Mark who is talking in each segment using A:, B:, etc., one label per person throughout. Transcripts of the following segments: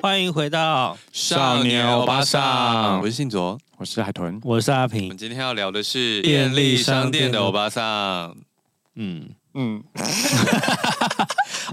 A: 欢迎回到，
B: 少年欧巴桑
C: 我是信卓。
B: 我是海豚，
A: 我是阿
C: 我
A: 平
C: 们。今天要聊的是
A: 便利商
C: 商
A: 店
C: 店
A: 的
C: 的欧巴桑。
A: 嗯，
B: 嗯，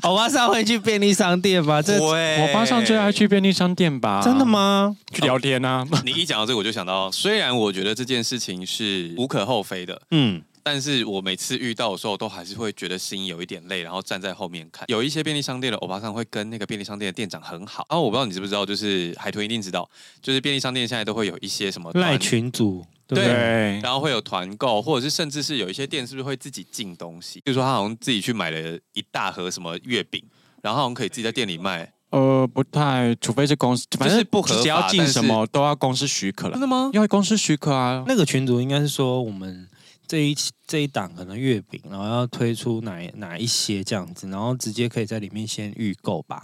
A: 欧巴桑会去便利商店吗？这
C: 我
B: 我巴上最爱，去便利商店吧？
A: 真的？吗？
B: 去聊天啊？
C: 你一讲到这个，我就想到，虽然我觉得这件事情是无可厚非的，
A: 嗯，
C: 但是我每次遇到的时候，都还是会觉得心有一点累，然后站在后面看。有一些便利商店的欧巴桑会跟那个便利商店的店长很好，然后我不知道你知不知道，就是海豚一定知道，就是便利商店现在都会有一些什么
A: 赖
C: 团，
A: 群主，对不对？
B: 对，
C: 然后会有团购，或者是甚至是有一些店是不是会自己进东西，比如说他好像自己去买了一大盒什么月饼，然后好像可以自己在店里卖，
B: 呃，不太，除非是公司，反正
C: 不合法
B: 只要进什么都要公司许可
C: 真
B: 了，
C: 的吗？
B: 要公司许可啊。
A: 那个群主应该是说我们这一期这一档可能月饼，然后要推出哪哪一些这样子，然后直接可以在里面先预购吧。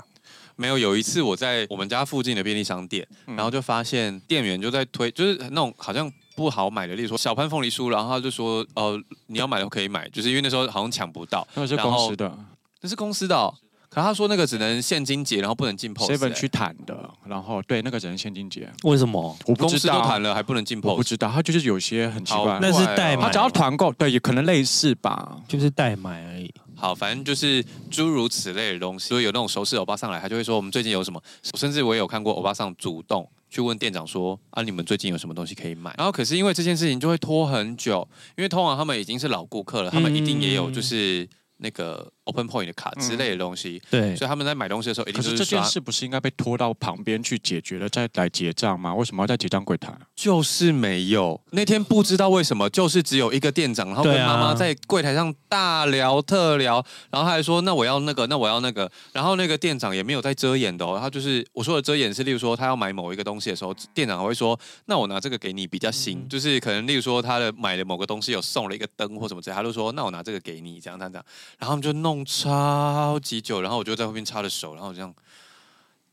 C: 没有，有一次我在我们家附近的便利商店，
B: 嗯
C: 然后就发现店员就在推，就是那种好像不好买的，例如说小潘凤梨酥，然后他就说，呃，你要买的可以买，就是因为那时候好像抢不到，
B: 那个是
C: 然后
B: 公司的
C: 那是公司的哦、可他说那个只能现金结，然后不能进 POS、
B: ，seven
C: 欸。
B: 去谈的，然后对那个人现金结，
A: 为什么？
B: 我不
C: 公
B: 知
C: 司都
B: 道
C: 谈，了，还不能进
B: 我不啊
C: POS。
B: 知道，他就是有些很奇
C: 好
B: 怪
A: 那，是代
B: 他
A: 买
B: 只要团购，对，也可能类似吧。
A: 就是代买而已。
C: 好，反正就是诸如此类的东西。所以有那种熟识的欧巴上来，他就会说我们最近有什么，甚至我也有看过欧巴上主动去问店长说啊，你们最近有什么东西可以买？然后可是因为这件事情就会拖很久，因为通常他们已经是老顾客了，他们一定也有就是那个 Open Point 的卡之类的东西，
A: 对，
C: 所以他们在买东西的时候一定
B: 嗯
C: 就
B: 可
C: 是是
B: 这件
C: 刷
B: 事不是应该被拖到旁边去解决了，再来结账吗？为什么要在结账柜台？啊
C: 就是没有。那天不知道为什么，就是只有一个店长，然后跟
A: 对啊
C: 妈妈在柜台上大聊特聊，然后他还说那我要那个，那我要那个，然后那个店长也没有在遮掩的哦，他就是我说的遮掩是，例如说他要买某一个东西的时候，店长还会说那我拿这个给你比较新，
A: 嗯
C: 就是可能例如说他的买了某个东西有送了一个灯或什么之类，他就说那我拿这个给你这样这样这样，然后他们就弄超级久，然后我就在后面插着手，然后我这样。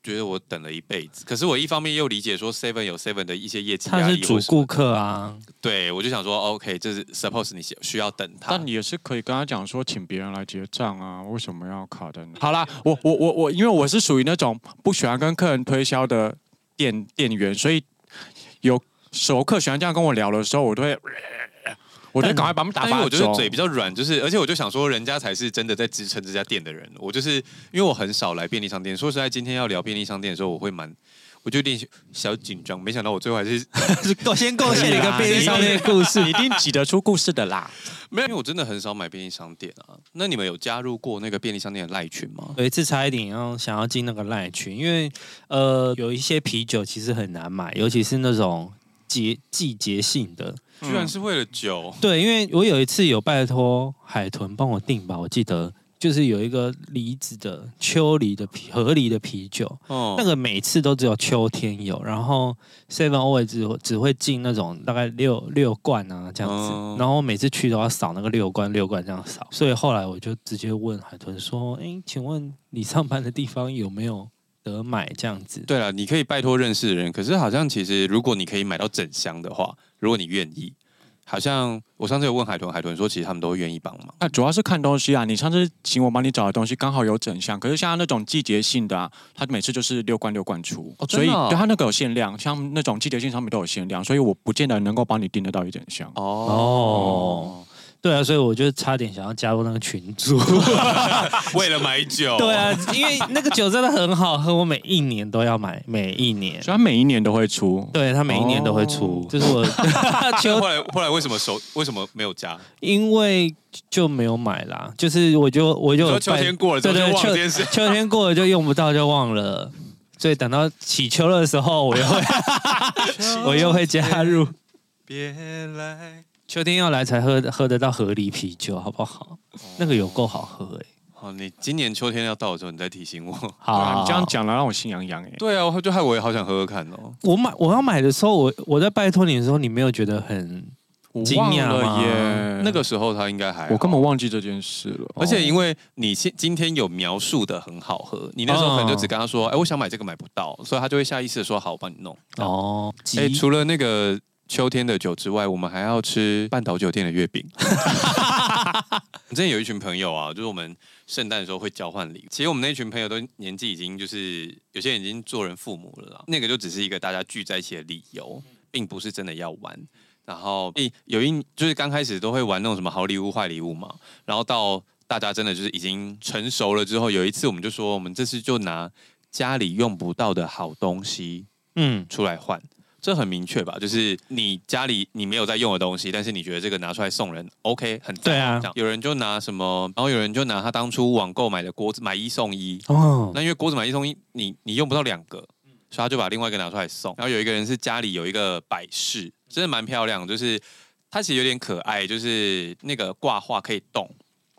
C: 觉得我等了一辈子，可是我一方面又理解说 Seven 有 Seven 的一些业绩压
A: 他是
C: 力
A: 主
C: 或什么
A: 顾客 啊，
C: 对，我就想说，OK，这是 suppose 你需需要等他。
B: 但你也是可以跟他讲说，请别人来结账啊，为什么要卡在那？好啦，我我我我，因为我是属于那种不喜欢跟客人推销的店店员，所以有熟客喜欢这样跟我聊的时候，我都会，我就赶快把他们打
C: 但因为
B: 发
C: 我就是
B: 走。
C: 嘴比较软，就是而且我就想说，人家才是真的在支撑这家店的人。我就是因为我很少来便利商店，说实在，今天要聊便利商店的时候，我会蛮，我就有点小紧张。没想到我最后还是
A: 我先贡献一个便利商店的故事。
B: 事，一定挤得出故事的啦。
C: 没有，因为我真的很少买便利商店啊。那你们有加入过那个便利商店的赖群吗？
A: 有一次差一点要想要进那个赖群，因为呃有一些啤酒其实很难买，尤其是那种节季节性的。
C: 居然是为了酒，
A: 对，因为我有一次有拜托海豚帮我订吧，我记得就是有一个梨子的秋梨的啤河梨的啤酒，
C: 哦
A: 那个每次都只有秋天有，然后 Seven Always 只会只会进那种大概六六罐啊这样子，
C: 哦
A: 然后我每次去都要扫那个六罐六罐这样扫，所以后来我就直接问海豚说：“哎，请问你上班的地方有没有得买这样子
C: 对了，你可以拜托认识的人，可是好像其实如果你可以买到整箱的话，如果你愿意，好像我上次有问海豚，海豚说其实他们都愿意帮忙。
B: 那主要是看东西啊，你上次请我帮你找的东西刚好有整箱，可是像那种季节性的啊，它每次就是六罐六罐出，
C: 哦
B: 所以
C: 真的哦
B: 对它那个有限量，像那种季节性商品都有限量，所以我不见得能够帮你订得到一整箱。
A: 哦
C: 哦，？”
A: 对啊，所以我就差点想要加入那个群组。
C: 为了买 酒
A: 对，啊，因为那个酒真的很好喝，我每一年都要买，每一年。
B: 所以它每一年都会出，
A: 对他每一年都会
C: 哦
A: 出，这 是我 秋
C: 后来后来为什么手为什么没有加？
A: 因为就没有买啦，就是我就我就
C: 你
A: 有
C: 说秋天
A: 拜
C: 过了之后
A: 对
C: 就
A: 对
C: 忘
A: 秋
C: 了这件事。
A: 秋天过了就用不到就忘了，所以等到起秋的时候，我又 会我又会加入。
C: 别来，
A: 秋天要来才喝喝得到河梨啤酒，好不好？那个有够好喝哎、
C: 好，哦你今年秋天要到的时候，你再提醒我。
A: 好
B: 对啊，你这样，讲了让我心痒痒哎。
C: 对啊，我就害我也好想喝喝看哦。
A: 我买我要买的时候，我我在拜托你的时候，你没有觉得很
B: 我
A: 惊
B: 忘
A: 讶吗
B: 了耶，
C: 那个时候他应该还好
B: 啊我根本忘记这件事了。
C: 而且因为你现今天有描述的很好喝，你那时候可能就只跟他说，哎、我想买这个买不到，所以他就会下意识的说好，我帮你弄。哦，
A: 哦？
C: 哎、
A: 急
C: 除了那个秋天的酒之外，我们还要吃半岛酒店的月饼。之前有一群朋友啊，就是我们圣诞的时候会交换礼物。其实我们那群朋友都年纪已经就是有些人已经做人父母了啦，那个就只是一个大家聚在一起的理由，并不是真的要玩。然后诶有一就是刚开始都会玩那种什么好礼物坏礼物嘛，然后到大家真的就是已经成熟了之后，有一次我们就说，我们这次就拿家里用不到的好东西
A: 嗯，
C: 出来换。这很明确吧？就是你家里你没有在用的东西，但是你觉得这个拿出来送人，OK，很赞
A: 对啊
C: 这样有人就拿什么，然后有人就拿他当初网购买的锅子买一送一，
A: 哦，
C: 那因为锅子买一送一，你你用不到两个，所以他就把另外一个拿出来送。然后有一个人是家里有一个摆饰，真的蛮漂亮，就是它其实有点可爱，就是那个挂画可以动，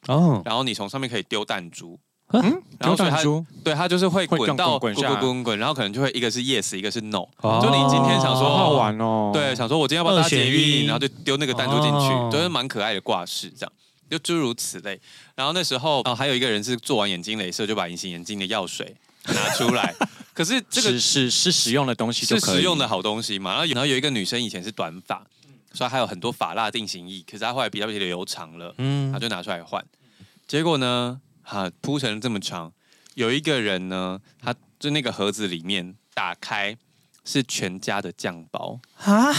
A: 哦，
C: 然后你从上面可以丢弹珠，
B: 嗯，
C: 然后所以他
B: 弹珠
C: 对，它就是会
B: 会这
C: 滚
B: 样
C: 到滚
B: 滚滚下来
C: 滚滚滚，然后可能就会一个是 yes，一个是 no。
A: 哦
C: 就你今天想
B: 好好
C: 说，
B: 玩哦，
C: 对，，想说我今天要不要搭捷
A: 二选一
C: 运，然后就丢那个弹珠进去
A: 哦，
C: 都是蛮可爱的挂饰，这样就诸如此类。然后那时候，哦，还有一个人是做完眼睛镭射就把隐形眼镜的药水拿出来， 可是这
B: 这
C: 个
B: 个是是实用的东西就是可以
C: 实用的好东西嘛。然后有然后有一个女生以前是短发，所以她有很多发蜡定型液，可是她后来比较留长了，她
A: 嗯，
C: 就拿出来换。结果呢，哈、铺成这么长，有一个人呢，他就那个盒子里面打开是全家的酱包，
A: 啊，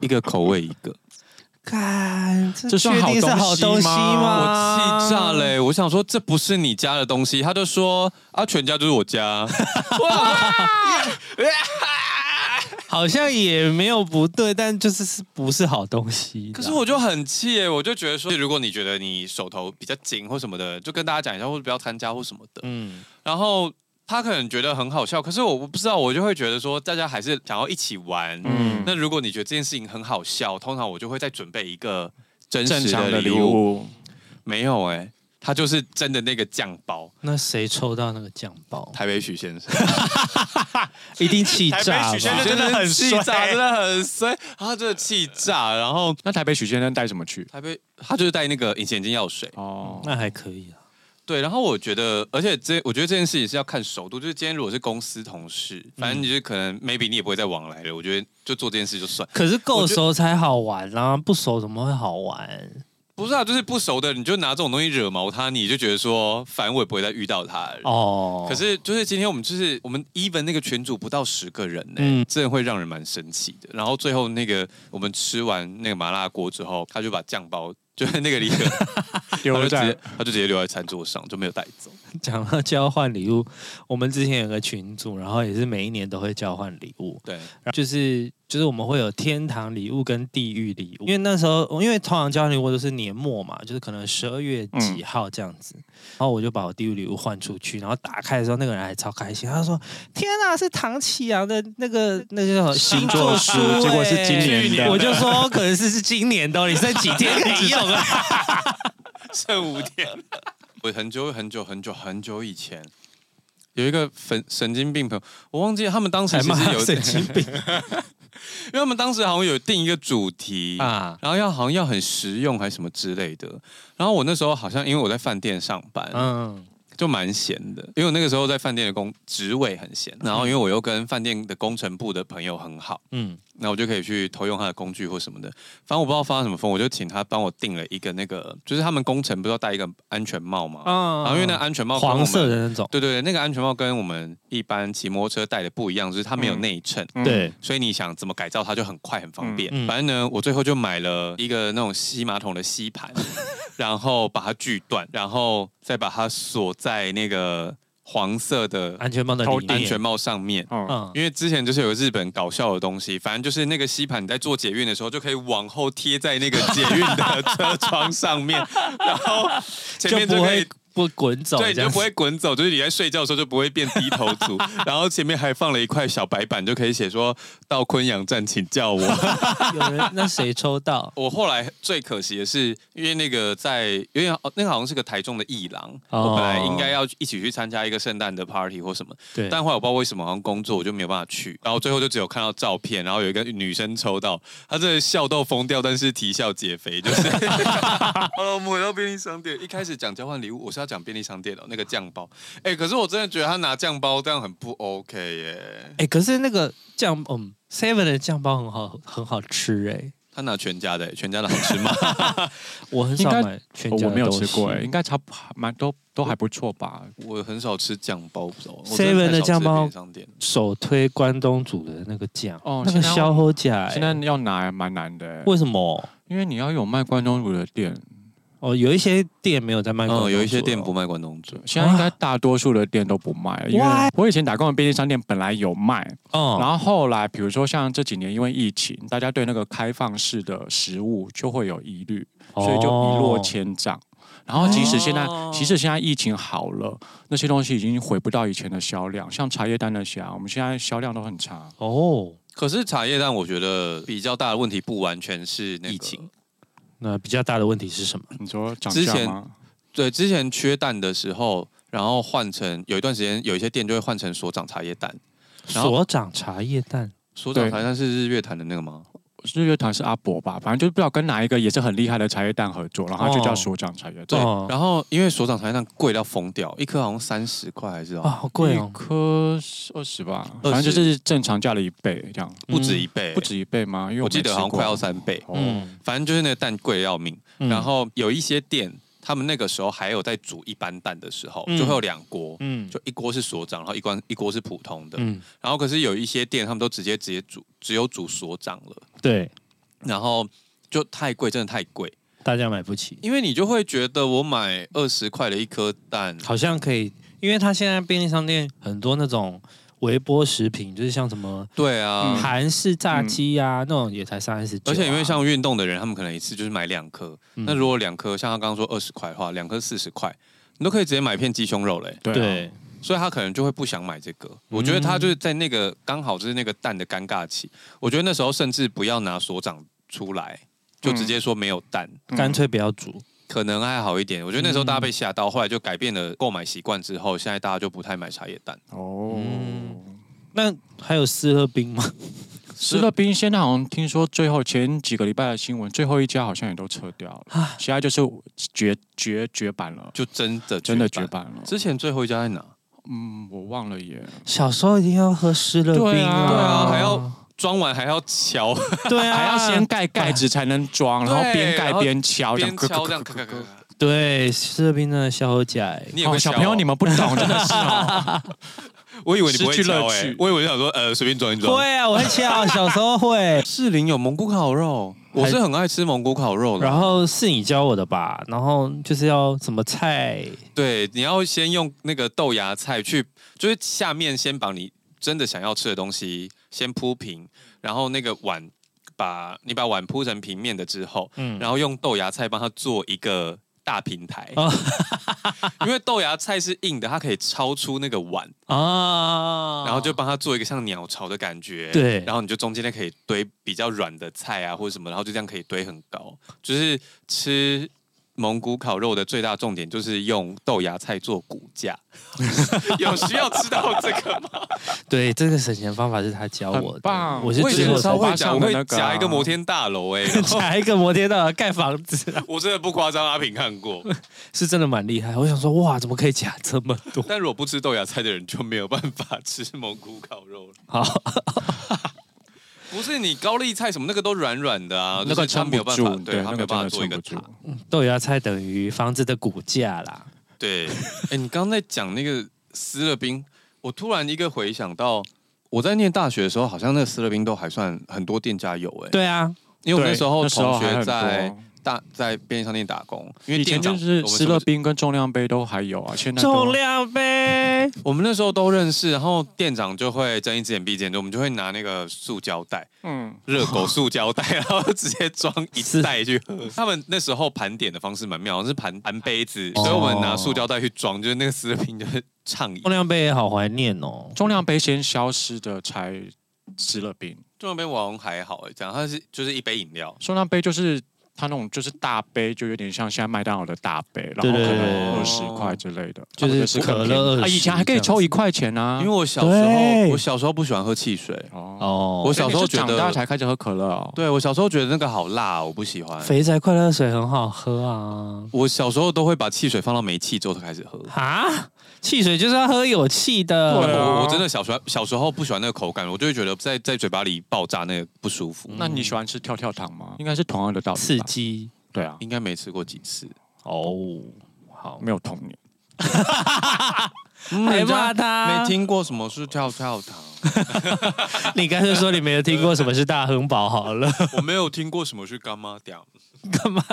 C: 一个口味一个，
A: 看，
B: 这算
A: 确
B: 好
A: 定是
B: 东
A: 好
B: 西
A: 东西
B: 吗
A: 吗？
C: 我气炸嘞、我想说这不是你家的东西，他就说啊，全家就是我家，
A: 好像也没有不对，但就是是不是好东西？
C: 可是我就很气耶、我就觉得说，如果你觉得你手头比较紧或什么的，就跟大家讲一下，或者不要参加或什么的。
A: 嗯，
C: 然后他可能觉得很好笑，可是我不知道，我就会觉得说，大家还是想要一起玩。
B: 嗯
C: 那如果你觉得这件事情很好笑，通常我就会再准备一个真
B: 正
C: 实
B: 常的
C: 礼
B: 礼物，
C: 没有哎、他就是真的那个酱包，
A: 那谁抽到那个酱 包，
C: 台北许先生，
A: 一定气炸
B: 台北许先
A: 吧
B: 生？真的很
C: 气
B: 衰
C: 炸，真的很衰，他真的气炸。然后
B: 那台北许先生带什么去？
C: 台北他就是带那个隐形眼镜药水，
B: 哦，
A: 那还可以啊，
C: 对，然后我觉得，而且这我觉得这件事情是要看熟度，就是今天如果是公司同事，反正你就是可能 maybe 你也不会再往来了，我觉得就做这件事就算。
A: 可是够
C: 我觉
A: 熟才好玩啊，不熟怎么会好玩？
C: 不是啊，就是不熟的你就拿这种东西惹毛他，你就觉得说反正我也不会再遇到他了。
A: 哦，
C: 可是就是今天我们就是我们 even 那个群组不到十个人呢、
A: 嗯
C: 真的会让人蛮生气的。然后最后那个我们吃完那个麻辣锅之后，他就把酱包就是那个 礼盒，他
B: 丢
C: 就
B: 了
C: 直接
B: 在
C: 他就直接留在餐桌上就没有带走。
A: 讲到交换礼物，我们之前有个群组，然后也是每一年都会交换礼物，
C: 对，
A: 就是就是我们会有天堂礼物跟地狱礼物，因为那时候因为通常交换礼物都是年末嘛，就是可能十二月
B: 嗯
A: 几号这样子，然后我就把我地狱礼物换出去，然后打开的时候那个人还超开心，他说：“天啊，是唐启阳的那个那个叫什么
B: 星座
A: 座
B: 书
A: 欸
B: 结果是今年的
A: 去我就说可能是是今年的哦，你剩几天可以用啊？
C: 剩五天。 我很久很久很久很久以前有一个粉神经病朋友，我忘记他们当时
A: 还
C: 其实
A: 骂
C: 有，
A: 神
C: 因
A: 经 病
C: 为他们当时好像有定一个主题啊，
A: 啊！
C: 然后要好像要很实用还是什么之类的。然后我那时候好像因为我在饭店上班，
A: 嗯，
C: 就蛮闲的，因为我那个时候在饭店的工职位很闲，然后因为我又跟饭店的工程部的朋友很好，
A: 嗯，
C: 那我就可以去偷用他的工具或什么的。反正我不知道发什么疯，我就请他帮我订了一个那个，就是他们工程不是要戴一个安全帽吗？
A: 啊
C: 然后因为那安全帽跟我
A: 黄
C: 们
A: 色，的那种，
C: 对对对，那个安全帽跟我们一般骑摩托车戴的不一样，就是它没有内衬。
B: 嗯，
C: 所以你想怎么改造它就很快很方便。
A: 嗯嗯
C: 反正呢，我最后就买了一个那种吸马桶的 吸盘，然后把它锯断，然后再把它锁在那个黄色的
A: 安全帽的
B: 头
A: 里面
C: 安全帽上面。
B: 嗯，
A: 嗯，
C: 因为之前就是有日本搞笑的东西，反正就是那个吸盘，你在做捷运的时候就可以往后贴在那个捷运的车窗上 面，然后前面
A: 就
C: 就
A: 不
C: 可以
A: 会不滚走，
C: 对，你
A: 这
C: 就
A: 样
C: 不会滚走，就是你在睡觉的时候就不会变低头 族。然后前面还放了一块小白板，就可以写说到昆阳站请叫 我。
A: 有人那谁抽到
C: 我后来最可惜的是，因为那个在，因为哦那个好像是个台中的艺廊，
A: 哦
C: 我本来应该要一起去参加一个圣诞的 party 或什么，
A: 对
C: 但后来我不知道为什么好像工作我就没有办法去，然后最后就只有看到照片，然后有一个女生抽到，她真的笑到疯掉，但是啼笑皆非，就是。 哦，我们回到便利商店，一开始讲交换礼物，我是要讲便利商店的哦那个酱包，哎、可是我真的觉得他拿酱包这样很不 OK 耶、
A: 哎、可是那个酱，嗯，Seven 的酱包很好，很好吃哎、
C: 他拿全家的、全家的好 吃吗？
A: 我很少买全
B: 哦
A: 家
B: 我
A: 的
B: 没有
A: 东
B: 吃
A: 西
B: 过哎，应该差不蛮都都还不错吧。
C: 我很少吃酱包，不知道。
A: 7-Eleven 的酱包
C: 商店
A: 首推关东煮的那个酱，
B: 哦
A: 那个
B: 现在
A: 小火
C: 哎
A: 甲、
B: 现
A: 欸，
B: 在要拿还蛮难的欸，
A: 为什么？
B: 因为你要有卖关东煮的店，
A: 哦，有一些店没有在
B: 哦
A: 卖关东煮啊
C: 嗯，
A: 了，
C: 有一些店不卖关东煮，
B: 现在应该大多数的店都不卖了。因为
A: Why？
B: 我以前打工的便利商店本来有卖，然
A: 哦，
B: 后后来，比如说像这几年因为疫情，大家对那个开放式的食物就会有疑虑，所以就一落千丈。然后即使现在，
C: 哦
B: 即使现在疫情好了，那些东西已经回不到以前的销量，像茶叶蛋那些啊，我们现在销量都很差。
A: 哦，
C: 可是茶叶蛋我觉得比较大的问题不完全是那个
A: 疫情。那比较大的问题是什么？
B: 你说涨
C: 之
B: 价
C: 前
B: 吗？
C: 对，之前缺蛋的时候，然后换成有一段时间，有一些店就会换成所长茶叶蛋。然后
A: 所长茶叶蛋
C: 所长
B: 对
C: 茶叶蛋是日月潭的那个吗？
B: 日月潭是阿伯吧，反正就不知道跟哪一个也是很厉害的茶叶蛋合作，然后就叫
A: 哦
B: 所长茶叶蛋。
A: 哦
C: 然后因为所长茶叶蛋贵到疯掉，一颗好像三十块还是
A: 啊，
C: 哦，
A: 好贵哦
B: 一，颗二十吧，
C: 20
B: 反正就是正常价的一倍这样，
A: 嗯
C: 不止一倍，
B: 不止一倍吗？因为
C: 我记得
B: 没吃
C: 好像
B: 过
C: 快要三倍。
B: 哦
A: 嗯，
C: 反正就是那个蛋贵得要命。
A: 嗯
C: 然后有一些店，他们那个时候还有在煮一般蛋的时候，
A: 嗯
C: 就会有两锅，
A: 嗯
C: 就一锅是所长，然后一锅一锅是普通的。
A: 嗯，
C: 然后可是有一些店，他们都直接直接煮，只有煮所长了，
A: 对，
C: 然后就太贵，真的太贵。
A: 大家买不起，
C: 因为你就会觉得我买二十块的一颗蛋，
A: 好像可以，因为它现在便利商店很多那种微波食品，就是像什么
C: 对啊，
B: 嗯
A: 韩式炸鸡啊、那种，也才三十九，啊
C: 而且因为像运动的人，他们可能一次就是买两颗，
A: 嗯
C: 那如果两颗像他刚刚说二十块的话，两颗四十块。你都可以直接买片鸡胸肉嘞、
B: 对啊
A: 对
C: 所以他可能就会不想买这个。我觉得他就是在那个刚好就是那个蛋的尴尬期。我觉得那时候甚至不要拿所长出来，就直接说没有蛋，
A: 干脆不要煮，
C: 可能还好一点。我觉得那时候大家被吓到，后来就改变了购买习惯之后，现在大家就不太买茶叶蛋。
B: 哦。
A: 嗯那还有四合冰吗？
B: 斯乐冰现在好像听说最后前几个礼拜的新闻，最后一家好像也都撤掉了，现在就是绝绝绝版了，
C: 就真的
B: 真的绝
C: 绝版。
B: 版了。
C: 之前最后一家在哪？
B: 嗯，我忘了耶。
A: 小时候一定要喝湿乐冰
B: 对
C: 啊还要装完还要敲，
A: 对 啊，
B: 还要先盖盖子才能装，然后
C: 对
B: 边盖
C: 然后
B: 边敲，
C: 边敲这样，咔
B: 咯咯
C: 咔咔
B: 咯咯咯
C: 咔
A: 对湿乐冰真的消喉甲，
C: 你也
B: 哦，
C: 会
B: 小朋友
C: 敲哦
B: 你，们不懂，真的 是哦。
C: 我以为你不会
B: 失去乐
C: 敲欸
B: 趣
C: 我以为就想说呃随便装一装。
A: 会啊，我会翘，小时候会。
C: 士林有蒙古烤肉，我是很爱吃蒙古烤肉的。
A: 然后是你教我的吧？然后就是要什么菜？
C: 对，你要先用那个豆芽菜去，就是下面先把你真的想要吃的东西先铺平，然后那个碗把你把碗铺成平面的之后，
A: 嗯，
C: 然后用豆芽菜帮它做一个大平 台
A: 哦，
C: 因为豆芽菜是硬的，它可以超出那个碗，
A: 啊
C: 然后就
B: 哦
C: 帮它做一个像鸟巢的感觉。
A: 对
C: 然后你就中间呢可以堆比较软的菜啊或者什么，然后就这样可以堆很高。就是吃蒙古烤肉的最大重点就是用豆芽菜做骨 架，有需要知道这个吗？
A: 对这个省钱方法是他教我
B: 很
A: 的，
B: 棒
A: 我是
C: 我以
A: 之
C: 前
A: 后才
C: 超会
B: 头发
C: 讲，
B: 上
C: 我
B: 的
C: 会
B: 那个啊
C: 夹一个摩天大楼 哎、 然后
A: 夹一个摩天大楼盖房子，啊
C: 我真的不夸张，阿平看过。
A: 是真的蛮厉害。我想说，哇，怎么可以夹这么多？
C: 但如果不吃豆芽菜的人就没有办法 吃蒙古烤肉了。
A: 好，
C: 不是你高丽菜什么那个都软软的啊，就
B: 那个
C: 是它
B: 撑
C: 没
B: 不
C: 有办法
B: 住，，
C: 对，它没
B: 那个
C: 有
B: 真
C: 办
B: 的
C: 法做一
B: 撑
C: 个
B: 不
C: 塔
B: 住。。
A: 豆芽菜等于房子的骨架啦。
C: 对， 哎，你刚刚在讲那个斯乐冰，我突然一个回想到，我在念大学的时候，好像那个斯乐冰都还算很多店家有哎、
A: 对啊，
C: 因为我那
B: 对
C: 时候
B: 那时候
C: 同
B: 还
C: 学
B: 很
C: 在
B: 多
C: 大在便利商店打工，因为
B: 以
C: 店
B: 前
C: 长
B: 就是
C: 我们
B: 斯乐
C: 什么
B: 冰跟重量杯都还有啊，现在都
A: 重量杯。
C: 我们那时候都认识，然后店长就会睁一只眼闭一只眼，我们就会拿那个塑胶袋，
B: 嗯，
C: 热狗塑胶袋， 然后直接装一袋去喝。他们那时候盘点的方式蛮妙，好像是盘盘杯子，
A: 哦
C: 所以我们拿塑胶袋去装，就是那个斯乐冰就是畅 饮
A: 重。量杯也好怀念哦。
B: 重量杯先消失的才斯乐冰。
C: 重量杯我好像还好哎、欸，这样它是就是一杯饮料，
B: 收纳杯就是它那种就是大杯，就有点像现在麦当劳的大杯，然后
A: 对
B: 可
A: 对
B: 能
C: 对
B: 二
C: 对
B: 十块之类的，
A: 就是
B: 或者
A: 可
B: 更
A: 乐
B: 便
A: 20
B: 宜啊，以前还可以抽一块钱啊，
C: 因为我小时候
A: 对
C: 我小时候不喜欢喝汽水，
B: 哦，
A: 哦，
C: 我小时候
B: 你是
C: 觉得
B: 长大才开始喝可乐哦，
C: 对我小时候觉得那个好辣、哦我不喜欢。
A: 肥宅快乐水很好喝啊。
C: 我小时候都会把汽水放到没气之后才开始喝，
A: 啊？汽水就是要喝有气的。哦
B: 对啊
C: 我我真的小时候小时候不喜欢那个口感，我就会觉得在在嘴巴里爆炸那个不舒服。
B: 那你喜欢吃跳跳糖
C: 嗯
B: 吗？应该是同样的道理吧。
A: 刺激
B: 对啊，
C: 应该没吃过几次，
A: 哦，好，
B: 没有童年。
C: 嗯
A: 还
C: 人家
A: 骂他
C: 没听过什么是跳跳糖，
A: 你干脆说你没有听过什么是大亨堡好了。
C: 我没有听过什么是干妈屌，干妈？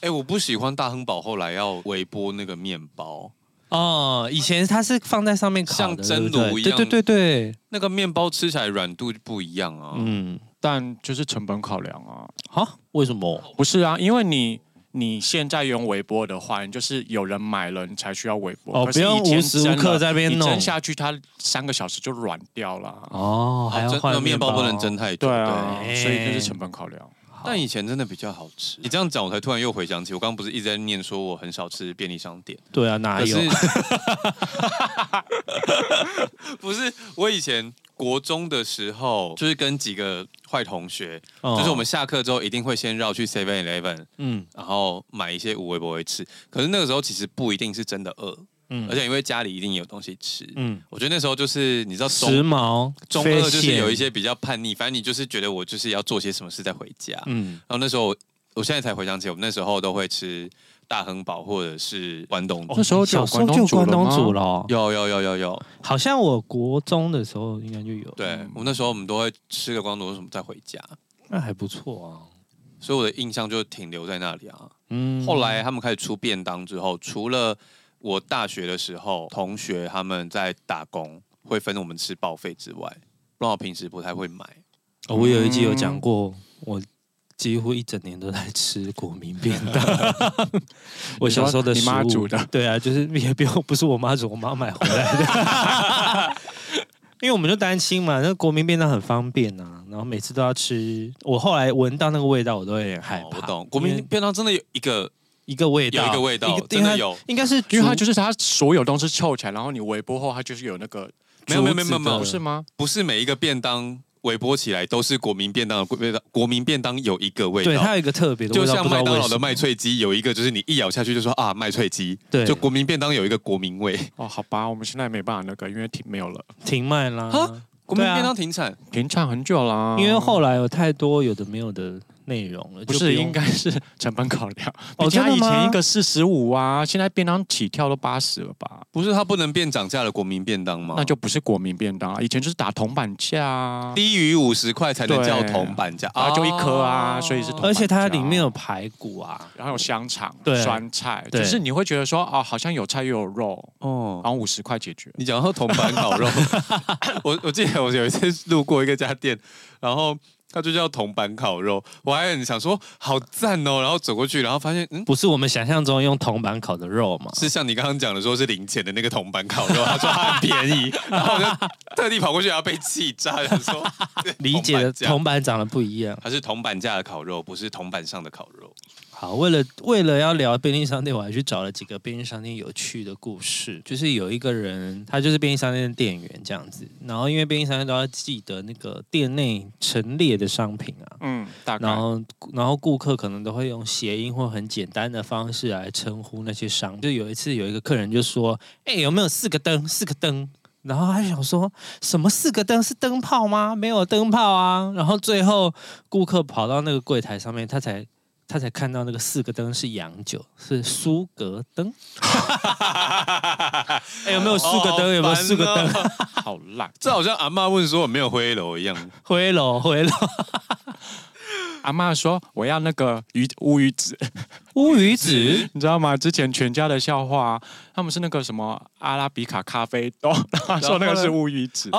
C: 哎，我不喜欢大亨堡后来要微波那个面包，
A: 哦，以前它是放在上面烤的，
C: 像
A: 对不对
C: 蒸炉一样
A: 对对对对，
C: 那个面包吃起来软度就不一样啊。
A: 嗯，
B: 但就是成本考量啊，
A: 好，为什
C: 哦
A: 么？
B: 不是啊，因为你你现在用微波的话，你就是有人买了，你才需要微波。
A: 哦
B: 可是
A: 不用
B: 以前
A: 无时无
B: 蒸了
A: 刻在那边
B: 你
A: 弄
B: 蒸下去，它三个小时就软掉了啊。
A: 哦，还要
C: 蒸
A: 换
C: 面包不能蒸。太久。
B: 对啊，
A: 对
B: 所以就是成本考量。
C: 但以前真的比较好吃。你这样讲，我才突然又回想起，我刚刚不是一直在念说我很少吃便利商店，
A: 对啊，哪
C: 可
A: 有
C: 是？ 不是我以前国中的时候，就是跟几个坏同学，
A: 哦
C: 就是我们下课之后一定会先绕去 Seven Eleven，
A: 嗯
C: 然后买一些无微不会吃。可是那个时候其实不一定是真的饿，
A: 嗯
C: 而且因为家里一定有东西吃。
A: 嗯，
C: 我觉得那时候就是你知道
A: 时
C: 中
A: 髦
C: 中二
A: 非
C: 就是
A: 显
C: 有一些比较叛逆，反正你就是觉得我就是要做些什么事再回家。
A: 嗯
C: 然后那时候我，我现在才回想起，我们那时候都会吃大亨堡或者是关东煮。
B: 那时候就
A: 小
B: 有
A: 哦时候
B: 关
A: 就有
B: 东煮
A: 关
B: 了
A: 东煮了
B: 吗？
A: 哦，
C: 有有有有有，
A: 好像我国中的时候应该就有，
C: 对、
B: 嗯
C: 我那时候我们都会吃个关东煮什么再回家，
A: 那还不错啊。
C: 所以我的印象就停留在那里啊。
A: 嗯
C: 后来他们开始出便当之后，除了我大学的时候同学他们在打工会分我们吃报废之外，不然我平时不太会买。
A: 哦我有一集有讲过，我几乎一整年都在吃国民便 当。我小时候的
B: 你
A: 食物，
B: 妈煮的
A: 对啊，就是 也不用，不是我妈煮，我妈买回来的。 因为我们就担心嘛，那国民便当很方便啊，然后每次都要吃。我后来闻到那个味道，我都有点害
C: 哦
A: 怕。
C: 我懂，国民
A: 因为
C: 便当真的有一个
A: 一个味道，
C: 有一个味道
A: 一个
C: 真的
A: 因为它
C: 有
A: 应该是
B: 因为它就是是它所有东西凑起来，然后你微波后，它就是有那个，
C: 没有没有
A: 竹子
C: 没有没
A: 的
C: 有
B: 不是吗？
C: 不是每一个便当微波起来都是国民便当的味道，国民便当有一个味道，
A: 对它有一个特别的
C: 就
A: 味道，
C: 像
A: 不知道
C: 麦当
A: 为
C: 劳
A: 什
C: 的
A: 么
C: 麦脆鸡有一个，就是你一咬下去就说啊麦脆鸡，
A: 对
C: 就国民便当有一个国民味，
B: 哦，好吧，我们现在没办法那个，因为停没有了，
A: 停卖啦。
C: 哈国民便当停产，
A: 啊
B: 停产很久啊啦。
A: 因为后来有太多有的没有的内容了，就
B: 不
A: 不
B: 是
A: 用
B: 应该是成本考量，
A: 哦
B: 人
A: 真
B: 家
A: 的
B: 以前
A: 吗
B: 一个四十五啊，现在便当起跳都八十了吧？
C: 不是它不能变涨价的国民便当
A: 哦
C: 吗？
B: 那就不是国民便当了，啊以前就是打铜板价啊，
C: 低于五十块才能叫铜板价
B: 啊就一颗啊所以是铜板
A: 而且它里面
C: 哦
A: 有排骨啊，
B: 然后有香肠、
A: 对
B: 酸菜，
A: 对
B: 就是你会觉得说啊，好像有菜又有肉，
C: 哦。
B: 然后五十块解决。
C: 你讲到铜板 烤肉，我我记得我有一次路过一个家店，然后它就叫铜板烤肉，我还很想说好赞哦，然后走过去，然后发现嗯。
A: 不是我们想象中用铜板烤的肉嘛？
C: 是像你刚刚讲的，说是零钱的那个铜板烤肉，他说它很便 宜，然后我就特地跑过去，然后被气炸，想说
A: 理解的
C: 铜板价
A: 铜板长得不一样。
C: 它是铜板价的烤肉，不是铜板上的烤肉。
A: 好，为了为了要聊便利商店，我还去找了几个便利商店有趣的故事。就是有一个人，他就是便利商店的店员这样子，然后因为便利商店都要记得那个店内陈列的商品啊，
B: 嗯，大概
A: 然后然后顾客可能都会用谐音或很简单的方式来称呼那些商品。就有一次有一个客人就说：“哎、有没有四个灯？四个灯？”然后他就想说什么四个灯是灯泡吗？没有灯泡啊。然后最后顾客跑到那个柜台上面，他才他才看到那个四个灯是洋酒，是苏格灯。哎、有没有四个灯？有没有四个灯？
C: 灯？
B: 好哦烂。
C: 这好像阿妈问说有没有灰楼一 样。
A: 回楼回楼，
B: 阿妈说我要那个鱼乌鱼子，
A: 乌 鱼 子。
B: 你知道吗？之前全家的笑话啊，他们是那个什么阿拉比卡咖啡豆，
A: 哦
B: 然后说那个是乌鱼子，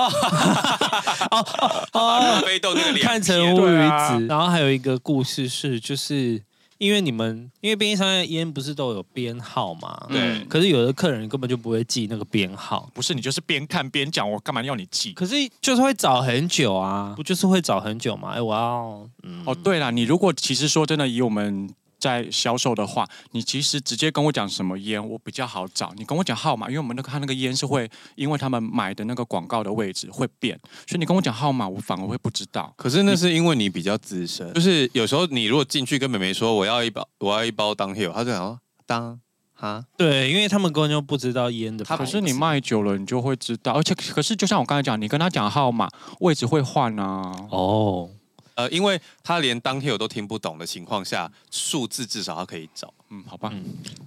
B: 哦
C: 咖啡豆那个
A: 看
C: 脸，
A: 成乌鱼
B: 对
A: 子、
B: 啊
A: 然后还有一个故事是，就是因为你们因为便利商店的烟不是都有编号嘛？
C: 对
A: 可是有的客人根本就不会记那个编号，
B: 嗯不是你就是边看边讲，我干嘛要你记？
A: 可是就是会找很久啊，不就是会找很久嘛？哎，我要嗯，
B: 哦，对了，你如果其实说真的，以我们在销售的话，你其实直接跟我讲什么烟，我比较好找。你跟我讲号码，因为我们那个他那个烟是会，因为他们买的那个广告的位置会变，所以你跟我讲号码，我反而会不知道。
C: 可是那是因为你比较资深，就是有时候你如果进去跟妹妹说我要一包，我要一包当 hill，她就想说当哈，
A: 对，因为他们根本就不知道烟的牌
C: 他
A: 子。
B: 可是你卖久了，你就会知道。而且，可是就像我刚才讲，你跟他讲号码，位置会换啊。
A: 哦，
C: 呃，因为他连当天我都听不懂的情况下，数字至少他可以找。
B: 嗯，好吧。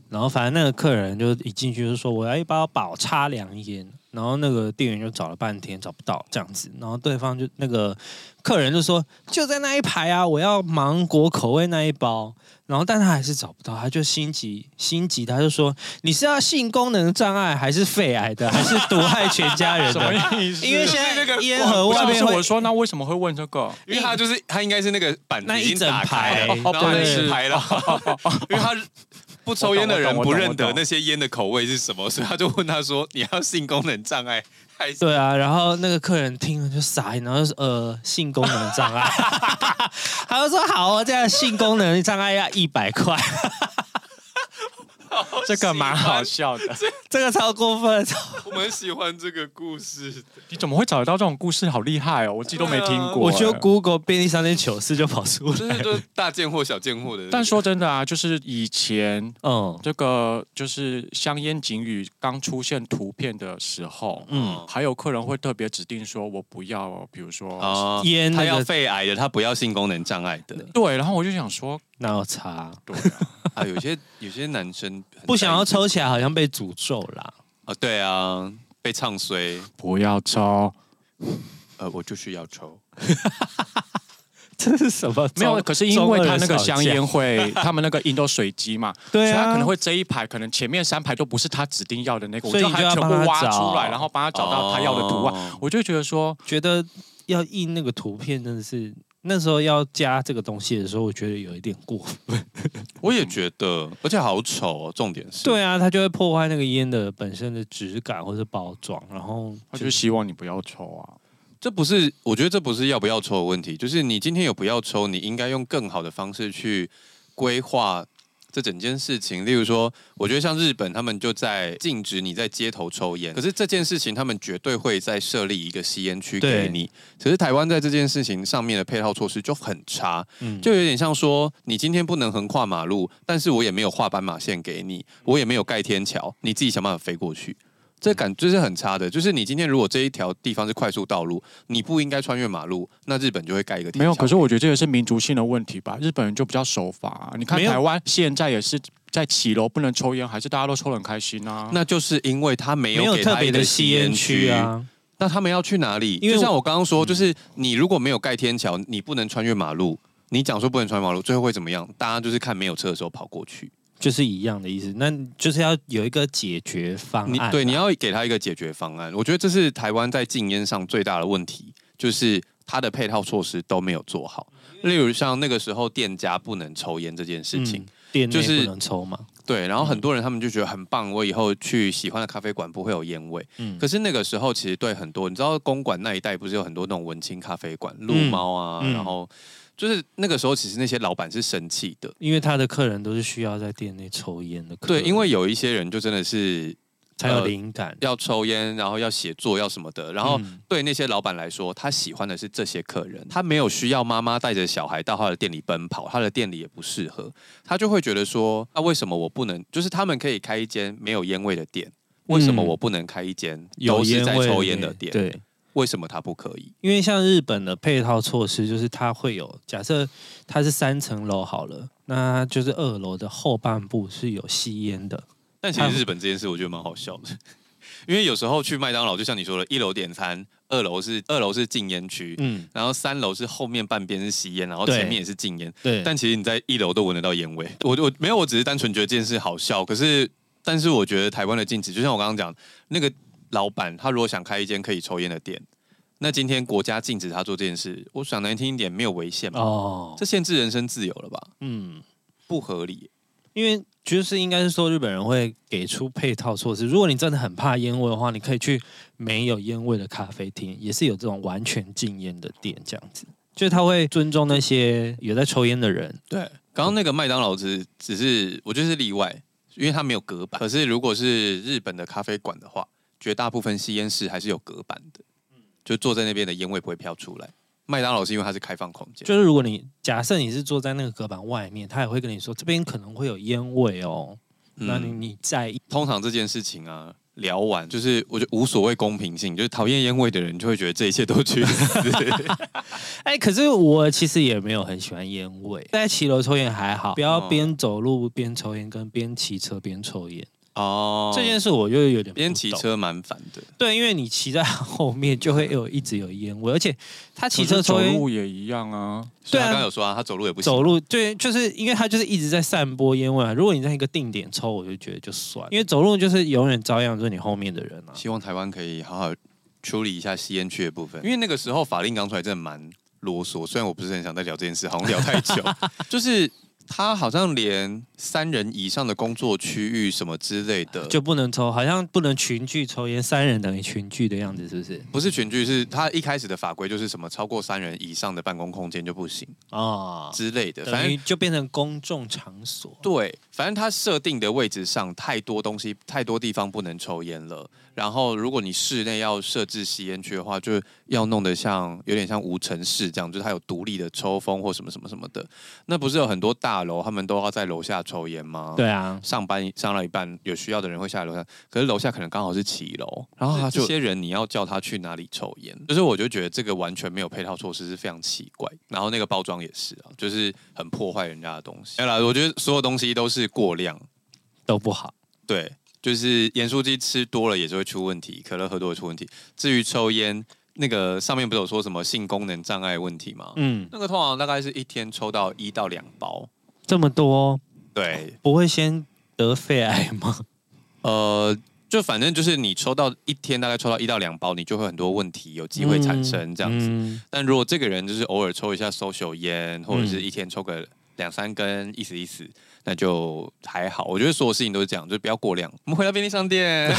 A: 然后反正那个客人就一进去就说我要一包宝叉凉烟，然后那个店员就找了半天找不到这样子，然后对方就那个客人就说就在那一排啊，我要芒果口味那一包，然后但他还是找不到，他就心急 心急，他就说你是要性功能障碍还是肺癌的，还是毒害全家人
B: 什么
A: 的？
B: 意思？
A: 因为现
C: 就是那
A: 在
C: 个
A: 烟盒
B: 不
A: 外
B: 是
A: 面会
B: 我说，那为什么会问这个？
C: 因为他就是他应该是那个板
A: 那
C: 子
A: 一
C: 已经打开了，
A: 整
B: 排
C: 然后
B: 哦
C: 他
B: 对
C: 一排了，因为他不抽烟的人不认得那些烟的口味是什么，所以他就问他说：“你要性功能障碍还是
A: 对啊，然后那个客人听了就傻眼，然后就说呃性功能障 碍，他就说好、哦，这样性功能障碍要一百块，
B: 这个蛮好笑的。
A: 这个超过分。？”啊
C: 我们喜欢这个故事，
B: 你怎么会找得到这种故事？好厉害哦！我自己都没听
A: 呃
B: 过。
A: 我就
B: 哎
A: Google 便利商店糗事就跑出
C: 就
A: 来，
C: 是就是大贱货小贱货的。
B: 但说真的啊，就是以前
A: 嗯
B: 这个就是香烟警语刚出现图片的时候，
A: 嗯，
B: 还有客人会特别指定说我不要，比如说，
A: 哦
C: 啊，
A: 烟
C: 他
A: 那
C: 要
A: 个
C: 肺癌的，他不要性功能障碍的
B: 对，然后我就想说，
A: 哪有差？
B: 对、 啊，
C: 啊。有些有些男生很
A: 不想要
C: 在意
A: 抽起来好像被诅咒啦。
C: 啊，对啊，被唱衰，
B: 不要抽，
C: 呃，我就是要抽。
A: 这是什么？
B: 没有。
A: 中
B: 可是因为他那
A: 中二吵
B: 个
A: 架
B: 香烟会，他们那个印都随机嘛，
A: 对
B: 所以他
A: 啊，
B: 可能会这一排，可能前面三排都不是他指定要的那个，我
A: 所以
B: 就
A: 你
B: 还
A: 就要
B: 全部
A: 帮他
B: 挖
A: 找
B: 出来，然后帮他找到他要的啊图案。
C: 哦
B: 我就觉得说，
A: 觉得要印那个图片真的是。那时候要加这个东西的时候，我觉得有一点过分。
C: 我也觉得，而且好丑哦。重点是，
A: 对啊，它就会破坏那个烟的本身的质感或者包装，然后
B: 他
A: 就
B: 就是希望你不要抽啊。
C: 这不是，我觉得这不是要不要抽的问题，就是你今天有不要抽，你应该用更好的方式去规划这整件事情。例如说，我觉得像日本，他们就在禁止你在街头抽烟，可是这件事情他们绝对会再设立一个吸烟区
A: 对
C: 给你。可是台湾在这件事情上面的配套措施就很差，
A: 嗯
C: 就有点像说，你今天不能横跨马路，但是我也没有画斑马线给你，我也没有盖天桥，你自己想办法飞过去。这感就是很差的，就是你今天如果这一条地方是快速道路，你不应该穿越马路，那日本就会盖一个天桥。
B: 没有，可是我觉得这也是民族性的问题吧。日本人就比较守法、啊，你看
A: 没有
B: 台湾现在也是在骑楼不能抽烟，还是大家都抽得很开心啊。
C: 那就是因为他没
A: 没有
C: 有给他
A: 特别
C: 一个
A: 的吸烟区。啊。
C: 那他们要去哪里？
A: 因为嗯
C: 就像我刚刚说，就是你如果没有盖天桥，你不能穿越马路。你讲说不能穿马路，最后会怎么样？大家就是看没有车的时候跑过去。
A: 就是一样的意思，那就是要有一个解决方
C: 你
A: 案啊。
C: 对，你要给他一个解决方案。我觉得这是台湾在禁烟上最大的问题，就是它的配套措施都没有做好。例如像那个时候店家不能抽烟这件事情，
A: 嗯，店内
C: 就是
A: 不能抽嘛。
C: 对，然后很多人他们就觉得很棒，我以后去喜欢的咖啡馆不会有烟味。
A: 嗯
C: 可是那个时候其实对很多，你知道公馆那一带不是有很多那种文青咖啡馆，鹿
A: 嗯
C: 猫啊，
A: 嗯
C: 然后就是那个时候其实那些老板是生气的，
A: 因为他的客人都是需要在店内抽烟的客
C: 对，
A: 人，
C: 因为有一些人就真的是
A: 才有灵感。
C: 要抽烟，然后要写作要什么的，然后
A: 嗯
C: 对那些老板来说，他喜欢的是这些客人，他没有需要妈妈带着小孩到他的店里奔跑，他的店里也不适合，他就会觉得说，那为什么我不能？就是他们可以开一间没有烟味的店，为什么我不能开一间
A: 嗯有
C: 都是
A: 烟
C: 在
A: 味
C: 抽烟的店？
A: 对，
C: 为什么他不可以？
A: 因为像日本的配套措施，就是它会有，假设它是三层楼好了，那就是二楼的后半部是有吸烟的，
C: 但其实日本这件事，我觉得蛮好笑的。因为有时候去麦当劳，就像你说的，一楼点餐，二楼是二楼是禁烟区，
A: 嗯，
C: 然后三楼是后面半边是吸烟，然后
A: 对
C: 前面也是禁烟。
A: 对，
C: 但其实你在一楼都闻得到烟味。我我没有，我只是单纯觉得这件事好笑。可是，但是我觉得台湾的禁止，就像我刚刚讲，那个老板他如果想开一间可以抽烟的店，那今天国家禁止他做这件事，我想难听一点，没有违宪嘛？
A: 哦，
C: 这限制人身自由了吧？
A: 嗯。
C: 不合理。
A: 因为就是应该是说日本人会给出配套措施。如果你真的很怕烟味的话，你可以去没有烟味的咖啡厅，也是有这种完全禁烟的店，这样子。就是他会尊重那些有在抽烟的人，
C: 对，刚刚那个麦当劳只只是我觉得是例外，因为它没有隔板。可是如果是日本的咖啡馆的话，绝大部分吸烟室还是有隔板的，
A: 嗯
C: 就坐在那边的烟味不会飘出来。麦当劳是因为它是开放空间，
A: 就是如果你假设你是坐在那个隔板外面，他也会跟你说这边可能会有烟味哦。
C: 嗯
A: 那你你在意，
C: 通常这件事情啊，聊完就是我觉得无所谓公平性，就是讨厌烟味的人就会觉得这一切都去死。
A: 哎，可是我其实也没有很喜欢烟味，在骑楼抽烟还好，不要
C: 哦
A: 边走路边抽烟，跟边骑车边抽烟、
C: 哦，
A: 这件事，我就有点不
C: 边骑
A: 懂
C: 车蛮烦的，
A: 对，因为你骑在 后面就会有一直有烟味，而且他骑
B: 可
A: 车
B: 是走
A: 抽烟
B: 路也一样啊。
C: 所以
A: 对啊
C: 他刚刚有说啊，他走路也不行。
A: 走路，对，就是因为他就是一直在散播烟味、啊。如果你在一个定点抽，我就觉得就算了，因为走路就是永远遭殃，就是你后面的人啊。
C: 希望台湾可以好好处理一下吸烟区的部分，因为那个时候法令刚出来，真的蛮啰嗦。虽然我不是很想再聊这件事，好像聊太 久，就是。他好像连三人以上的工作区域什么之类的，
A: 就不能抽，好像不能群聚抽烟，三人等于群聚的样子，是不是？
C: 不是群聚，是他一开始的法规就是什么超过三人以上的办公空间就不行
A: 哦，
C: 之类啊的，反
A: 等于
C: 正。
A: 就变成公众场所。
C: 对，反正他设定的位置上太多东西，太多地方不能抽烟了。然后，如果你室内要设置吸烟区的话，就要弄得像有点像无尘室这样，就是它有独立的抽风或什么什么什么的。那不是有很多大楼他们都要在楼下抽烟吗？，
A: 对啊，
C: 上班上到一半有需要的人会下来楼下，可是楼下可能刚好是骑楼，然后他
B: 这
C: 这些人你要叫他去哪里抽烟，就是我就觉得这个完全没有配套措施是非常奇怪，然后那个包装也是啊，就是很破坏人家的东西。没有啦，我觉得所有东西都是过量，
A: 都不好。
C: 对，就是盐酥鸡吃多了也是会出问题，可乐喝多了出问题。至于抽烟，那个上面不是有说什么性功能障碍问题吗？
A: 嗯，
C: 那个通常大概是一天抽到一到两包，
A: 这么多
C: 对，
A: 不会先得肺癌吗？
C: 呃，就反正就是你抽到一天大概抽到一到两包，你就会很多问题有机会产生这样子。
A: 嗯
C: 但如果这个人就是偶尔抽一下 social 烟，或者是一天抽个两三根，意思意思，那就还好。我觉得所有事情都是这样，就是不要过量。我们回到便利 商店，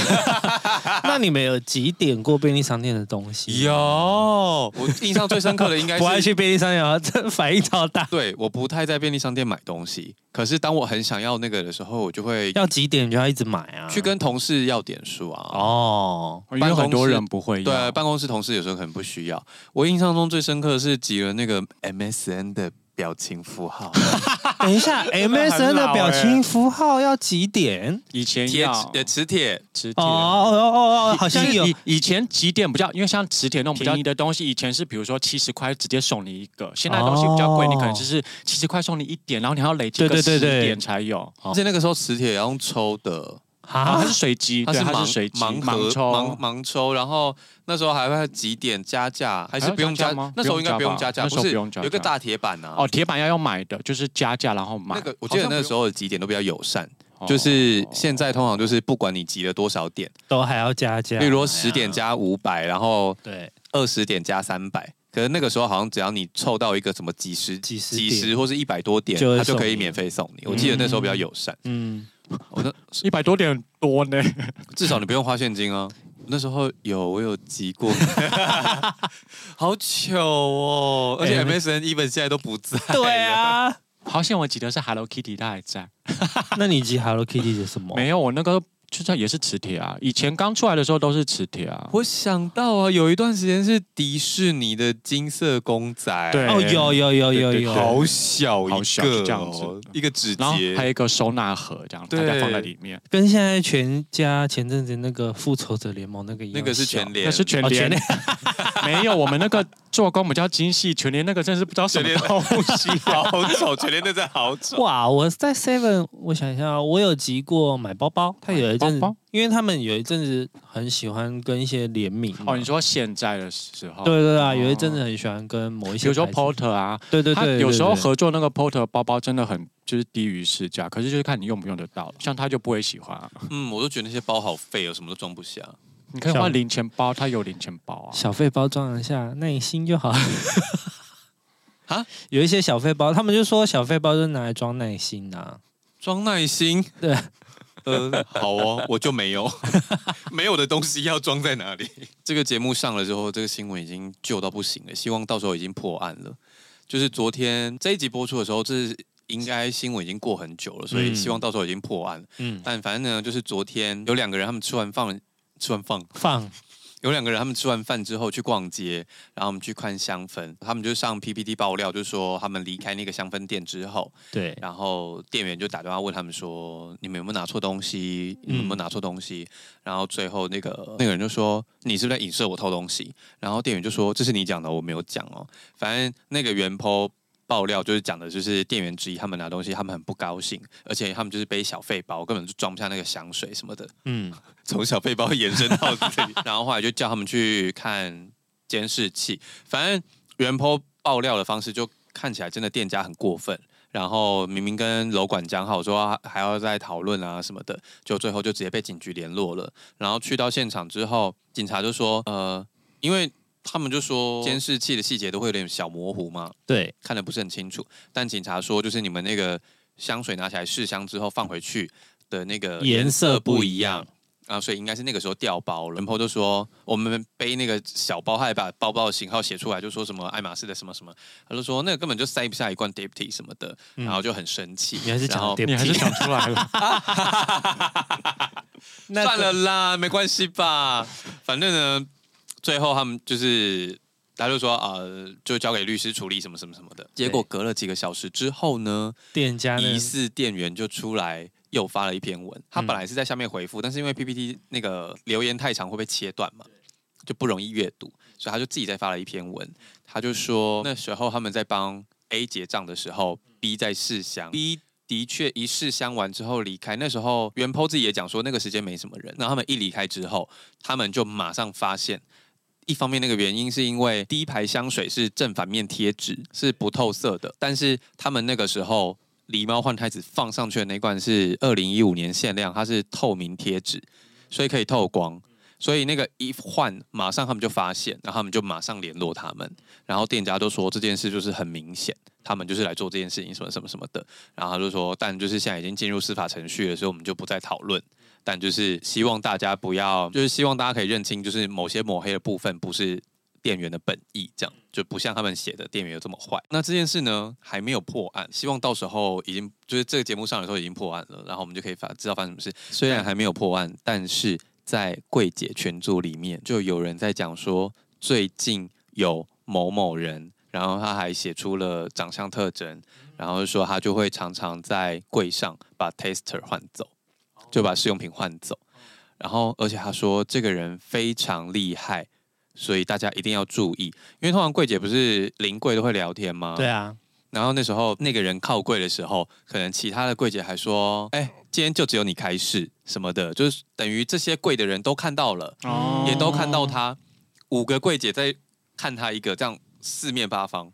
A: 那你们有几点过便利商店的东西？
C: 有我印象最深刻的应该
A: 不爱
C: 是。
A: 去便利商店啊，这反应超大。
C: 对，我不太在便利商店买东西，可是当我很想要那个的时候，我就会
A: 要几点就要一直买啊？
C: 去跟同事要点数啊。
A: 哦，
B: 因为很多人不会
C: 对，
B: 要，
C: 办公室同事有时候可能不需要。我印象中最深刻的是集了那个 MSN 的表情符 号，
A: 等一下，MSN 的表情符号要几点？
B: 以前
C: 贴
B: 要
C: 呃磁铁，
B: 磁
A: 哦哦
B: 铁。
A: 哦哦，好像
B: 以
A: 有
B: 以以前几点比较，因为像磁铁那种比较便宜的东西，以前是比如说七十块直接送你一个，现在东西比较贵，
A: 哦
B: 你可能就是七十块送你一点，然后你还要累积
A: 对
B: 个
A: 对对
B: 十
A: 对
B: 点才有。
A: 哦
C: 而且那个时候磁铁也要用抽的，
B: 啊，
A: 啊
B: 它是随机，
C: 它
B: 对它
C: 盲
B: 是随机，
C: 盲盒
B: 盲抽
C: 盲。盲抽，然后那时候还会几点加价，还
B: 还
C: 是
B: 要
C: 不用
B: 加
C: 加
B: 价吗
C: 那时候应该不用加价，
B: 那时候
C: 不是
B: 不用加价
C: 有一个大铁板啊。
B: 哦，铁板要要买的，就是加价然后买。
C: 那个我记得那个时候的几点都比较友善，
B: 候
C: 就是
B: 哦
C: 现在通常就是不管你集了多少点，
A: 都还要加
B: 啊
A: 价，
C: 例如说十点加五百，然后
A: 对，
C: 二十点加三百。可是那个时候好像只要你凑到一个什么几十、
A: 几十
C: 几
A: 点
C: 十或是一百多点，
A: 就会
C: 他就可
A: 送
C: 以
A: 你
C: 免费送
B: 嗯
C: 你。我记得那时候比较友善，
A: 嗯，
C: 我那
B: 一百多点多呢，
C: 至少你不用花现金啊。那时候有我有集过， 好糗哦！而且
A: 哎
C: MSN even 现在都不在，
A: 对啊。
B: 好险我记得是 Hello Kitty，它还在。
A: 那你集 Hello Kitty 的什么？
B: 没有，我那个就是也是磁铁啊，以前刚出来的时候都是磁铁啊。
C: 我想到啊，有一段时间是迪士尼的金色公仔，
B: 对
A: 哦，有有有有
B: 对对对
A: 有，
C: 好小一
B: 好小
C: 个、
B: 就这样
C: 哦
B: 子，
C: 一个指
B: 然后还有
C: 节。
B: 一个收纳盒，这样大
C: 对
B: 家放在里面。
A: 跟现在全家前阵子那个复仇者联盟那个一样
C: 那个是
A: 小
C: 全联，
B: 那是全
A: 哦
B: 联
A: 全，
B: 没有我们那个做工比较精细，全联那个真是不知道什
C: 全
B: 么
C: 联
B: 东西。
C: 好丑，全联那在好丑。
A: 哇！我在 Seven，我想一下，我有集过买包包，他有一阵子，
B: 买包包
A: 因为他们有一阵子很喜欢跟一些联名嘛
B: 哦，你说现在的时候，
A: 对对对啊，
B: 哦
A: 有一阵子很喜欢跟某一些
B: 比如说
A: 牌子
B: Porter 啊，
A: 对对
B: 它
A: 对，
B: 有时候
A: 对对
B: 合作那个 Porter 包包真的很就是低于市价，可是就是看你用不用得到，像他就不会喜欢啊。
C: 嗯，我都觉得那些包好废哦，什么都装不下。
B: 你可以
A: 像
B: 换零钱包，它有零钱包 啊。
A: 小费包装一下，耐心就好。
C: 啊，
A: 有一些小费包，他们就说小费包就是拿来装耐心呐、啊。
C: 装耐 心，
A: 对，
C: 呃，好哦，我就没有， 没有的东西要装在哪里？ 这个节目上了之后，这个新闻已经旧到不行了，希望到时候已经破案了。就是昨天这一集播出的时候，这是应该新闻已经过很久了，所以
A: 嗯
C: 希望到时候已经破案了。
A: 嗯，
C: 但反正呢，就是昨天有两个人他们吃完饭，吃完饭
A: 放
C: 有两个人他们吃完饭之后去逛街，然后我们去看香氛，他们就上 PPT 爆料，就说他们离开那个香氛店之后，
A: 对，
C: 然后店员就打电话问他们说：“你们有没有拿错东西？你们有没有拿错东西？”然后最后那个那个人就说：“你是不是在影射我偷东西？”然后店员就说：“这是你讲的，我没有讲哦。”反正那个原 po 爆料就是讲的就是店员之一，他们拿东西，他们很不高兴，而且他们就是背小费包，根本就装不下那个香水什么的，
A: 嗯，
C: 从小背包延伸到这里， 然后后来就叫他们去看监视器。反正原 po 爆料的方式就看起来真的店家很过分，然后明明跟楼管讲好说还要再讨论啊什么的，就最后就直接被警局联络了。然后去到现场之后，警察就说：“呃，因为他们就说监视器的细节都会有点小模糊嘛，
A: 对，
C: 看的不是很清楚。但警察说，就是你们那个香水拿起来试香之后放回去的那个
A: 颜色不一样
C: 样。啊，所以应该是那个时候掉包了。人婆就说我们背那个小包，他还把包包的型号写出来，就说什么爱马仕的什么什么，他就说那个根本就塞不下一罐 Deputy 什么的，
A: 嗯
C: 然后就很生气。
A: 你还是
C: 然
A: 讲
C: 后
A: 对
B: 你
A: 不
B: 还是
A: 起，
B: 想出来了，
A: 那
C: 算了啦，没关系吧。反正呢，最后他们就是，他就说啊、呃就交给律师处理什么什么什么的。结果隔了几个小时之后呢，
A: 店家呢
C: 疑？似店员就出来又发了一篇文。他本来是在下面回复，但是因为 PPT 那个留言太长会被切断嘛，就不容易阅读，所以他就自己再发了一篇文。他就说那时候他们在帮 A 结账的时候，B 在试香，B。的确，一试香完之后离开，那时候原 po 自己也讲说那个时间没什么人，然后他们一离开之后，他们就马上发现，一方面那个原因是因为第一排香水是正反面贴纸，是不透色的，但是他们那个时候狸猫换太子放上去的那罐是二零一五年限量，它是透明贴纸，所以可以透光。所以那个一换，马上他们就发现，然后他们就马上联络他们，然后店家都说这件事就是很明显，他们就是来做这件事情什么什么什么的，然后他就说，但就是现在已经进入司法程序了，所以我们就不再讨论，但就是希望大家不要，就是希望大家可以认清，就是某些抹黑的部分不是店员的本意，这样就不像他们写的店员有这么坏。那这件事呢还没有破案，希望到时候已经就是这个节目上的时候已经破案了，然后我们就可以发知道发生什么事。虽然还没有破案，但是在柜姐群组里面就有人在讲说，最近有某某人，然后他还写出了长相特征，然后说他就会常常在柜上把 taster 换走，就把试用品换走。然后，而且他说这个人非常厉害，所以大家一定要注意，因为通常柜姐不是临柜都会聊天吗？
A: 对啊，
C: 然后那时候那个人靠柜的时候，可能其他的柜姐还说：“哎、今天就只有你开市什么的，就是等于这些柜的人都看到了，
A: 哦
C: 也都看到他，五个柜姐在看他一个，这样四面八方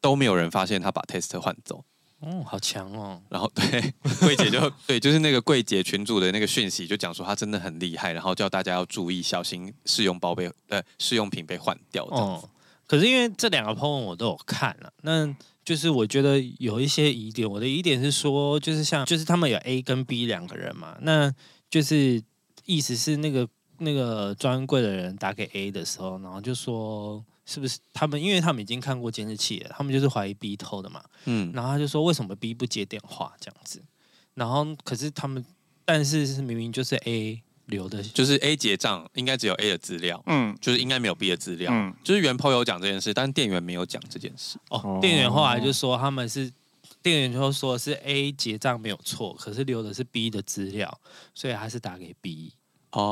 C: 都没有人发现他把 test 换走。
A: 哦，好强哦，
C: 然后对柜 姐就对，就是那个柜姐群主的那个讯息就讲说他真的很厉害，然后叫大家要注意小心试用包被呃试用品被换掉这样子。
A: 哦，可是因为这两个 po 文我都有看了、那就是我觉得有一些疑点。我的疑点是说，就是像就是他们有 A 跟 B 两个人嘛，那就是意思是那个那个专柜的人打给 A 的时候，然后就说是不是他们，因为他们已经看过监视器了，他们就是怀疑 B 偷的嘛，
C: 嗯，
A: 然后他就说为什么 B 不接电话这样子，然后可是他们但是是明明就是 A 留的，
C: 就是 A 结账应该只有 A 的资料，
B: 嗯
C: 就是应该没有 B 的资料。
B: 嗯，
C: 就是原 po 有讲这件事，但店员没有讲这件事。
A: 哦
B: 哦，
A: 店员后来就说他们是店员就说是 A 结账没有错，可是留的是 B 的资料，所以他是打给 B，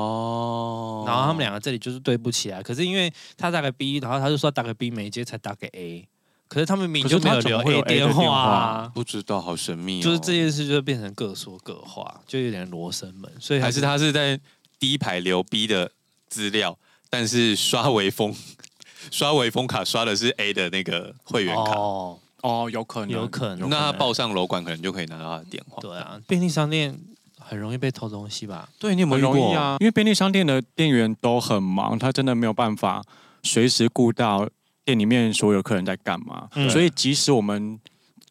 C: 哦
A: 然后他们两个这里就是对不起来，可是因为他打给 B，然后他就说打给 B 没接，才打给 A，可是他们明明就没留
B: 可是他怎么会有
A: A
B: A 的
A: 电话啊。
C: 不知道，好神秘、哦。
A: 就是这，件事就变成各说各话，就有点罗生门，所以
C: 还是他是在第一排留 B 的资料，但是刷微风， 刷微风卡刷的是 A 的那个会员卡，
A: 哦，
B: 哦，有可能，
A: 有可能。
C: 那他报上楼管可能就可以拿到他的电话。
A: 对啊，便利商店很容易被偷东西吧？
C: 对，你有没
B: 很
C: 有
B: 容
C: 遇过
B: 易？啊，因为便利商店的店员都很忙，他真的没有办法随时顾到店里面所有客人在干嘛，
A: 嗯
B: 所以即使我们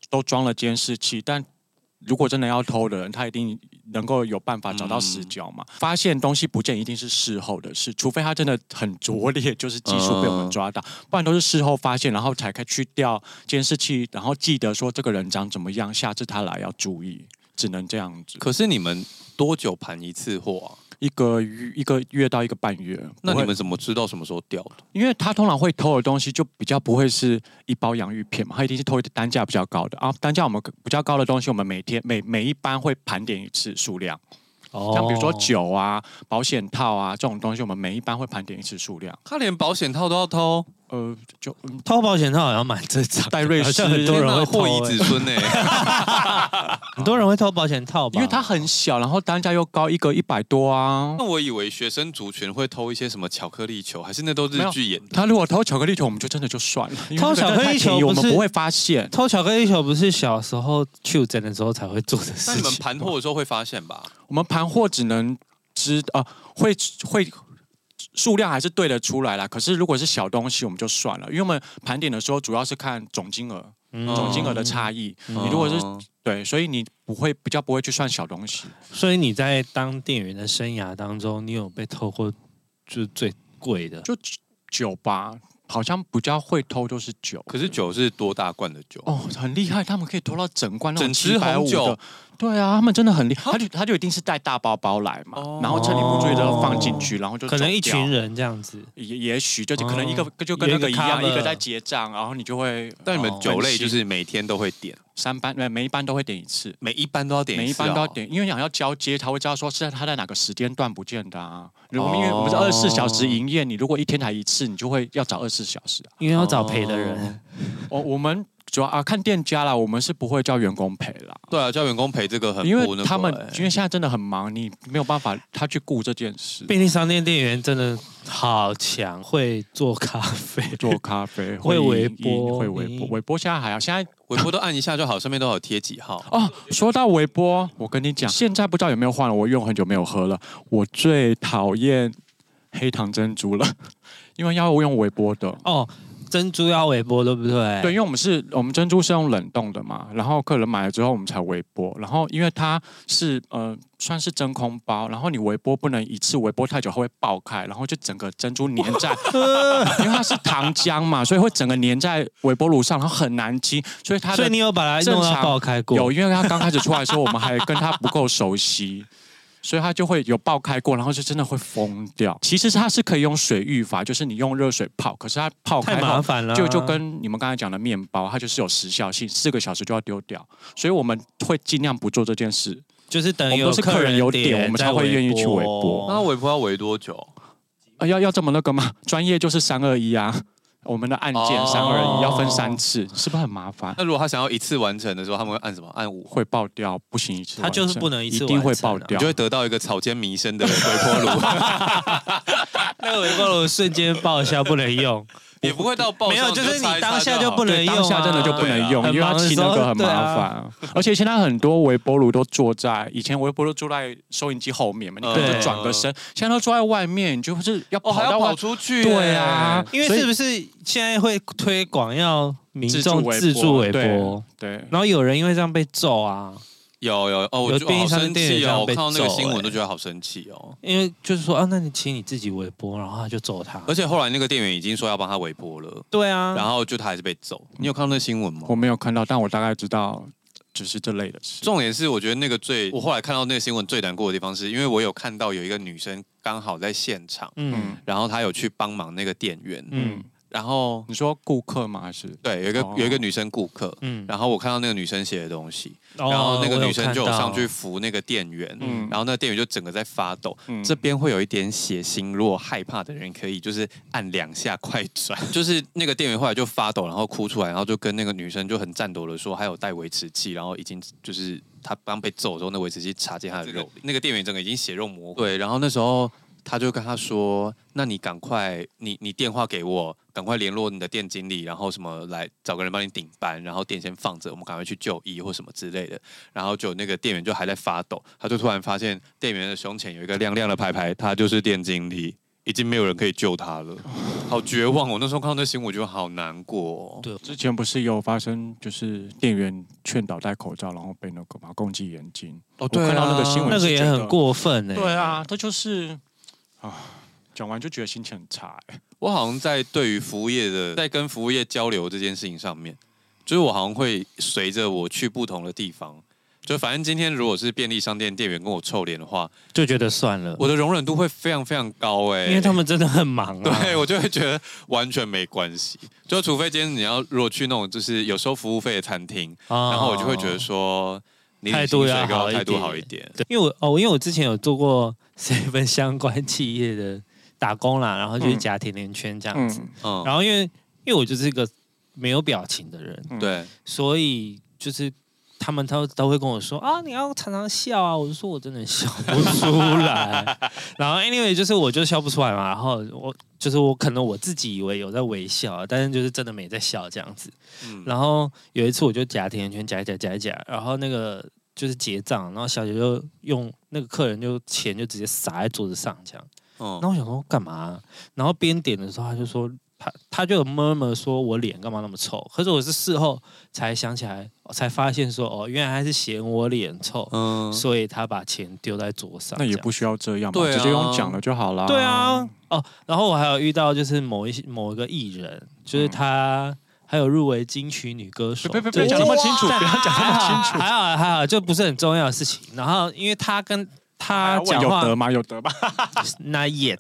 B: 都装了监视器，但如果真的要偷的人，他一定能够有办法找到死角嘛。发现东西不见一定是事后的事，除非他真的很拙劣，就是技术被我们抓到，不然都是事后发现，然后才开去掉监视器，然后记得说这个人长怎么样，下次他来要注意，只能这样子。
C: 可是你们多久盘一次货啊？
B: 一个月一个月到一个半月。
C: 那
B: 不会
C: 你们怎么知道什么时候掉的？
B: 因为他通常会偷的东西就比较不会是一包洋芋片嘛，他一定是偷一个单价比较高的啊。单价我们比较高的东西，我们每天每每一班会盘点一次数量，
A: 哦
B: 像比如说酒啊、保险套啊这种东西，我们每一班会盘点一次数量。
C: 他连保险套都要偷，
B: 呃，就嗯
A: 偷保险套好像蛮正常的，
B: 戴瑞
A: 好
B: 士
A: 像很多
C: 天
A: 人
C: 哪
A: 会偷
C: 霍夷
A: 欸
C: 子孙呢、
A: 很多人会偷保险套吧，
B: 因为它很小，然后单价又高，一个一百多啊
A: 哦
C: 那。我以为学生族群会偷一些什么巧克力球，还是那都
B: 没
C: 日
B: 有
C: 剧演的？
B: 他如果偷巧克力球，我们就真的就算了。因为
A: 偷巧克力球
B: 那个真的太便宜我
A: 不
B: 们
A: 是
B: 不会发现。
A: 偷巧克力球不是小时候去诊的时候才会做的
C: 那
A: 事
C: 你们
A: 情。
C: 盘货的时候会发现吧？
B: 我们盘货只能知啊、会会数量还是对得出来啦。可是如果是小东西，我们就算了，因为我们盘点的时候主要是看总金额，
A: 嗯
B: 总金额的差异。
A: 嗯
B: 你如果是
C: 哦
B: 对，所以你不会比较不会去算小东西。
A: 嗯所以你在当店员的生涯当中，你有被偷过就是最贵的？
B: 就酒吧好像比较会偷就是酒，
C: 可是酒是多大罐的酒？
B: 哦，很厉害，他们可以偷到整罐那种
C: 整支
B: 750
C: 红酒
B: 的。对啊，他们真的很厉害，他就他就一定是带大包包来嘛，
C: 哦
B: 然后趁你不注意就放进去，然后就
A: 可能
B: 走
A: 一
B: 掉
A: 群人这样子，
B: 也也许就可能一个、就跟
A: 有
B: 那
A: 一个
B: 哦个一样，
A: cover
B: 一个在结账，然后你就会
C: 但你
A: 哦
C: 们酒类
B: 分析
C: 就是每天都会点，
B: 三班，呃每一班都会点一次，
C: 每一班都要点
B: 每
C: 一
B: 一
C: 次
B: 班
C: 哦
B: 都要。点，因为你想要交接，他会知道说是在他在哪个时间段不见的啊。如果
C: 哦
B: 因为我们是二十四小时营业，你如果一天才一次，你就会要找二十四小时啊。
A: 因为要找赔的
B: 哦
A: 人。
B: 我我们主要啊看店家啦，我们是不会叫员工赔啦。
C: 对啊，叫员工赔这个很
B: 因
C: 不那
B: 为
C: 个
B: 他们
C: 欸
B: 因为现在真的很忙，你没有办法他去顾这件事。
A: 便利商店店员真的好强，会做咖啡，
B: 做咖啡
A: 会微
B: 影音
A: 波
B: 会微波，
A: 你
B: 微波现在还好，现在
C: 微波都按一下就好，上面都有贴几号。
B: 哦，说到微波，我跟你讲，现在不知道有没有换了，我用很久没有喝了。我最讨厌黑糖珍珠了， 因为要用微波的。
A: 哦，珍珠要微波，对不对？
B: 对，因为我们是我们珍珠是用冷冻的嘛，然后客人买了之后我们才微波，然后因为它是呃算是真空包，然后你微波不能一次微波太久，它会爆开，然后就整个珍珠粘在， 因为它是糖浆嘛，所以会整个粘在微波炉上，然后很难清，所以它
A: 所以
B: 的
A: 你有把它弄
B: 正
A: 到
B: 常
A: 爆开过？
B: 有，因为他刚开始出来的时候，我们还跟他不够熟悉， 所以他就会有爆开过，然后就真的会疯掉。其实它是可以用水浴法，就是你用热水泡，可是它泡
A: 太
B: 开
A: 麻
B: 后。
A: 烦了啊，
B: 就就跟你们刚才讲的面包，它就是有时效性，四个小时就要丢掉，所以我们会尽量不做这件事。
A: 就是等
B: 我
A: 于
B: 们都是客人有点我们才会愿意去微波
C: 那微波要围多久？
B: 啊、要要这么那个吗？ 专业就是三二一啊，我们的按键
C: 哦
B: 三二一要分三次，是不是很麻烦？
C: 那如果他想要一次完成的时候，他们会按什么？按五，
B: 会爆掉，不行一次
A: 它
B: 完成，
A: 就是不能一次
B: 定
A: 完
B: 会
A: 成
B: 爆
A: 啊
C: 你
B: 掉
C: 就。会得到一个草间弥生的微波炉，
A: 那个微波炉瞬间报销，不能用。
C: 也不会到爆。
A: 没有，就是你当下就不
C: 能。
A: 能
B: 对，
A: 用、啊，
B: 当下真的就不能用，
A: 对啊
B: 因为它清那个很麻烦啊、而且现在很多微波炉都坐在，以前微波炉坐在收音机后面嘛，你可能
A: 对
B: 就转个身，现在都坐在外面，你就是要
C: 哦，
B: 跑
C: 还要
B: 到外
C: 跑。出去欸。
B: 对啊
A: 因为
B: 所以
A: 是不是现在会推广要民
B: 自
A: 众自助微波？
B: 对，
A: 然后有人因为这样被揍啊，
C: 有有哦，我
A: 有
C: 就
A: 便利
C: 好
A: 商
C: 生
A: 店也
C: 气
A: 这样
C: 哦！我
A: 被
C: 看到那个
A: 揍
C: 新
A: 欸
C: 闻都觉得好生气哦。
A: 因为就是说啊，那你请你自己微波，然后他就揍他。
C: 而且后来那个店员已经说要帮他微波了，
A: 对啊，
C: 然后就他还是被揍。你有看到那新闻吗
B: 我？没有看到，但我大概知道，只是这类的事。
C: 重点是，我觉得那个最我后来看到那个新闻最难过的地方，是因为我有看到有一个女生刚好在现场，
A: 嗯
B: 嗯
C: 然后她有去帮忙那个店员，
A: 嗯
B: 嗯，
C: 然后
B: 你说顾客吗？还是
C: 对有一个
B: 哦
C: 有一个女生顾客，
A: 嗯，哦
C: 然后我看到那个女生写的东西，
A: 然
C: 然后那个女生就有上去扶那个店员，
B: 嗯
C: 然后那个店员就整个在发抖。
B: 嗯
C: 这边会有一点血腥，如果害怕的人可以就是按两下快转。 就是那个店员后来就发抖，然后哭出来，然后就跟那个女生就很颤抖的说，还有带维持器，然后已经就是他刚被揍的时候，那维持器插进他的肉里，那个店员整个已经血肉模糊。对，然后那时候他就跟他说：“那你赶快，你你电话给我，赶快联络你的店经理，然后什么来找个人帮你顶班，然后店先放着，我们赶快去就医或什么之类的。”然后就那个店员就还在发抖，他就突然发现店员的胸前有一个亮亮的牌牌，他就是店经理，已经没有人可以救他了，
A: 哦
C: 好绝望哦！我那时候看到那新闻，我觉得好难过、哦。
A: 对啊
B: 之前不是有发生，就是店员劝导戴口罩，然后被那个嘛攻击眼睛。
C: 哦
B: 对啊
C: 看到那个新
B: 新
C: 闻
B: 闻
A: 那个也很过分哎、
B: 对啊，这就是啊，讲完就觉得心情很差、欸。
C: 我好像在对于服务业的，在跟服务业交流这件事情上面，就是我好像会随着我去不同的地方，就反正今天如果是便利商店店员跟我臭脸的话，
A: 就觉得算了，
C: 我的容忍度会非常非常高哎、
A: 因为他们真的很忙啊。
C: 对我就会觉得完全没关系，就除非今天你要如果去那种就是有收服务费的餐厅，
A: 啊
C: 然后我就会觉得说，你
A: 态度
C: 薪水
A: 要
C: 给我
A: 好一
C: 态度
A: 点
C: 好一点，
A: 对，因为我哦，因为我之前有做过 seven 相关企业的打工啦，然后就是
B: 嗯
A: 夹甜甜圈这样子。
B: 嗯，
C: 嗯，
A: 然后因为因为我就是一个没有表情的人，
B: 嗯
C: 对，
A: 所以就是他们都都会跟我说啊，你要常常笑啊。我就说我真的笑不出来。然后 anyway 就是我就笑不出来嘛。然后我就是我可能我自己以为有在微笑啊，但是就是真的没在笑这样子。
C: 嗯，
A: 然后有一次我就夹甜甜圈夹一夹夹一夹，然后那个就是结账，然后小姐就用那个客人就钱就直接撒在桌子上这样。
C: 嗯
A: 那我想说干嘛、然后边点的时候，他就说他他就有 murmur 说我脸干嘛那么臭？可是我是事后才想起来，才发现说哦，原来他是嫌我脸臭，
C: 嗯，
A: 所以他把钱丢在桌上。
B: 那也
A: 这样
B: 不需要这样吧，
C: 对啊
B: 直接用讲了就好啦。
A: 对啊，哦。然后我还有遇到就是某一些某一个艺人，就是他。还有入围金曲女歌手，
B: 嗯别，别别
A: 对
B: 别讲那么清楚，
A: 哇
B: 不要讲那么清 楚。
A: 还好还好，就不是很重要的事情。然后因为他跟他
B: 哎呀
A: 讲
B: 有
A: 话
B: 得吗？有得吧？
A: Not yet 。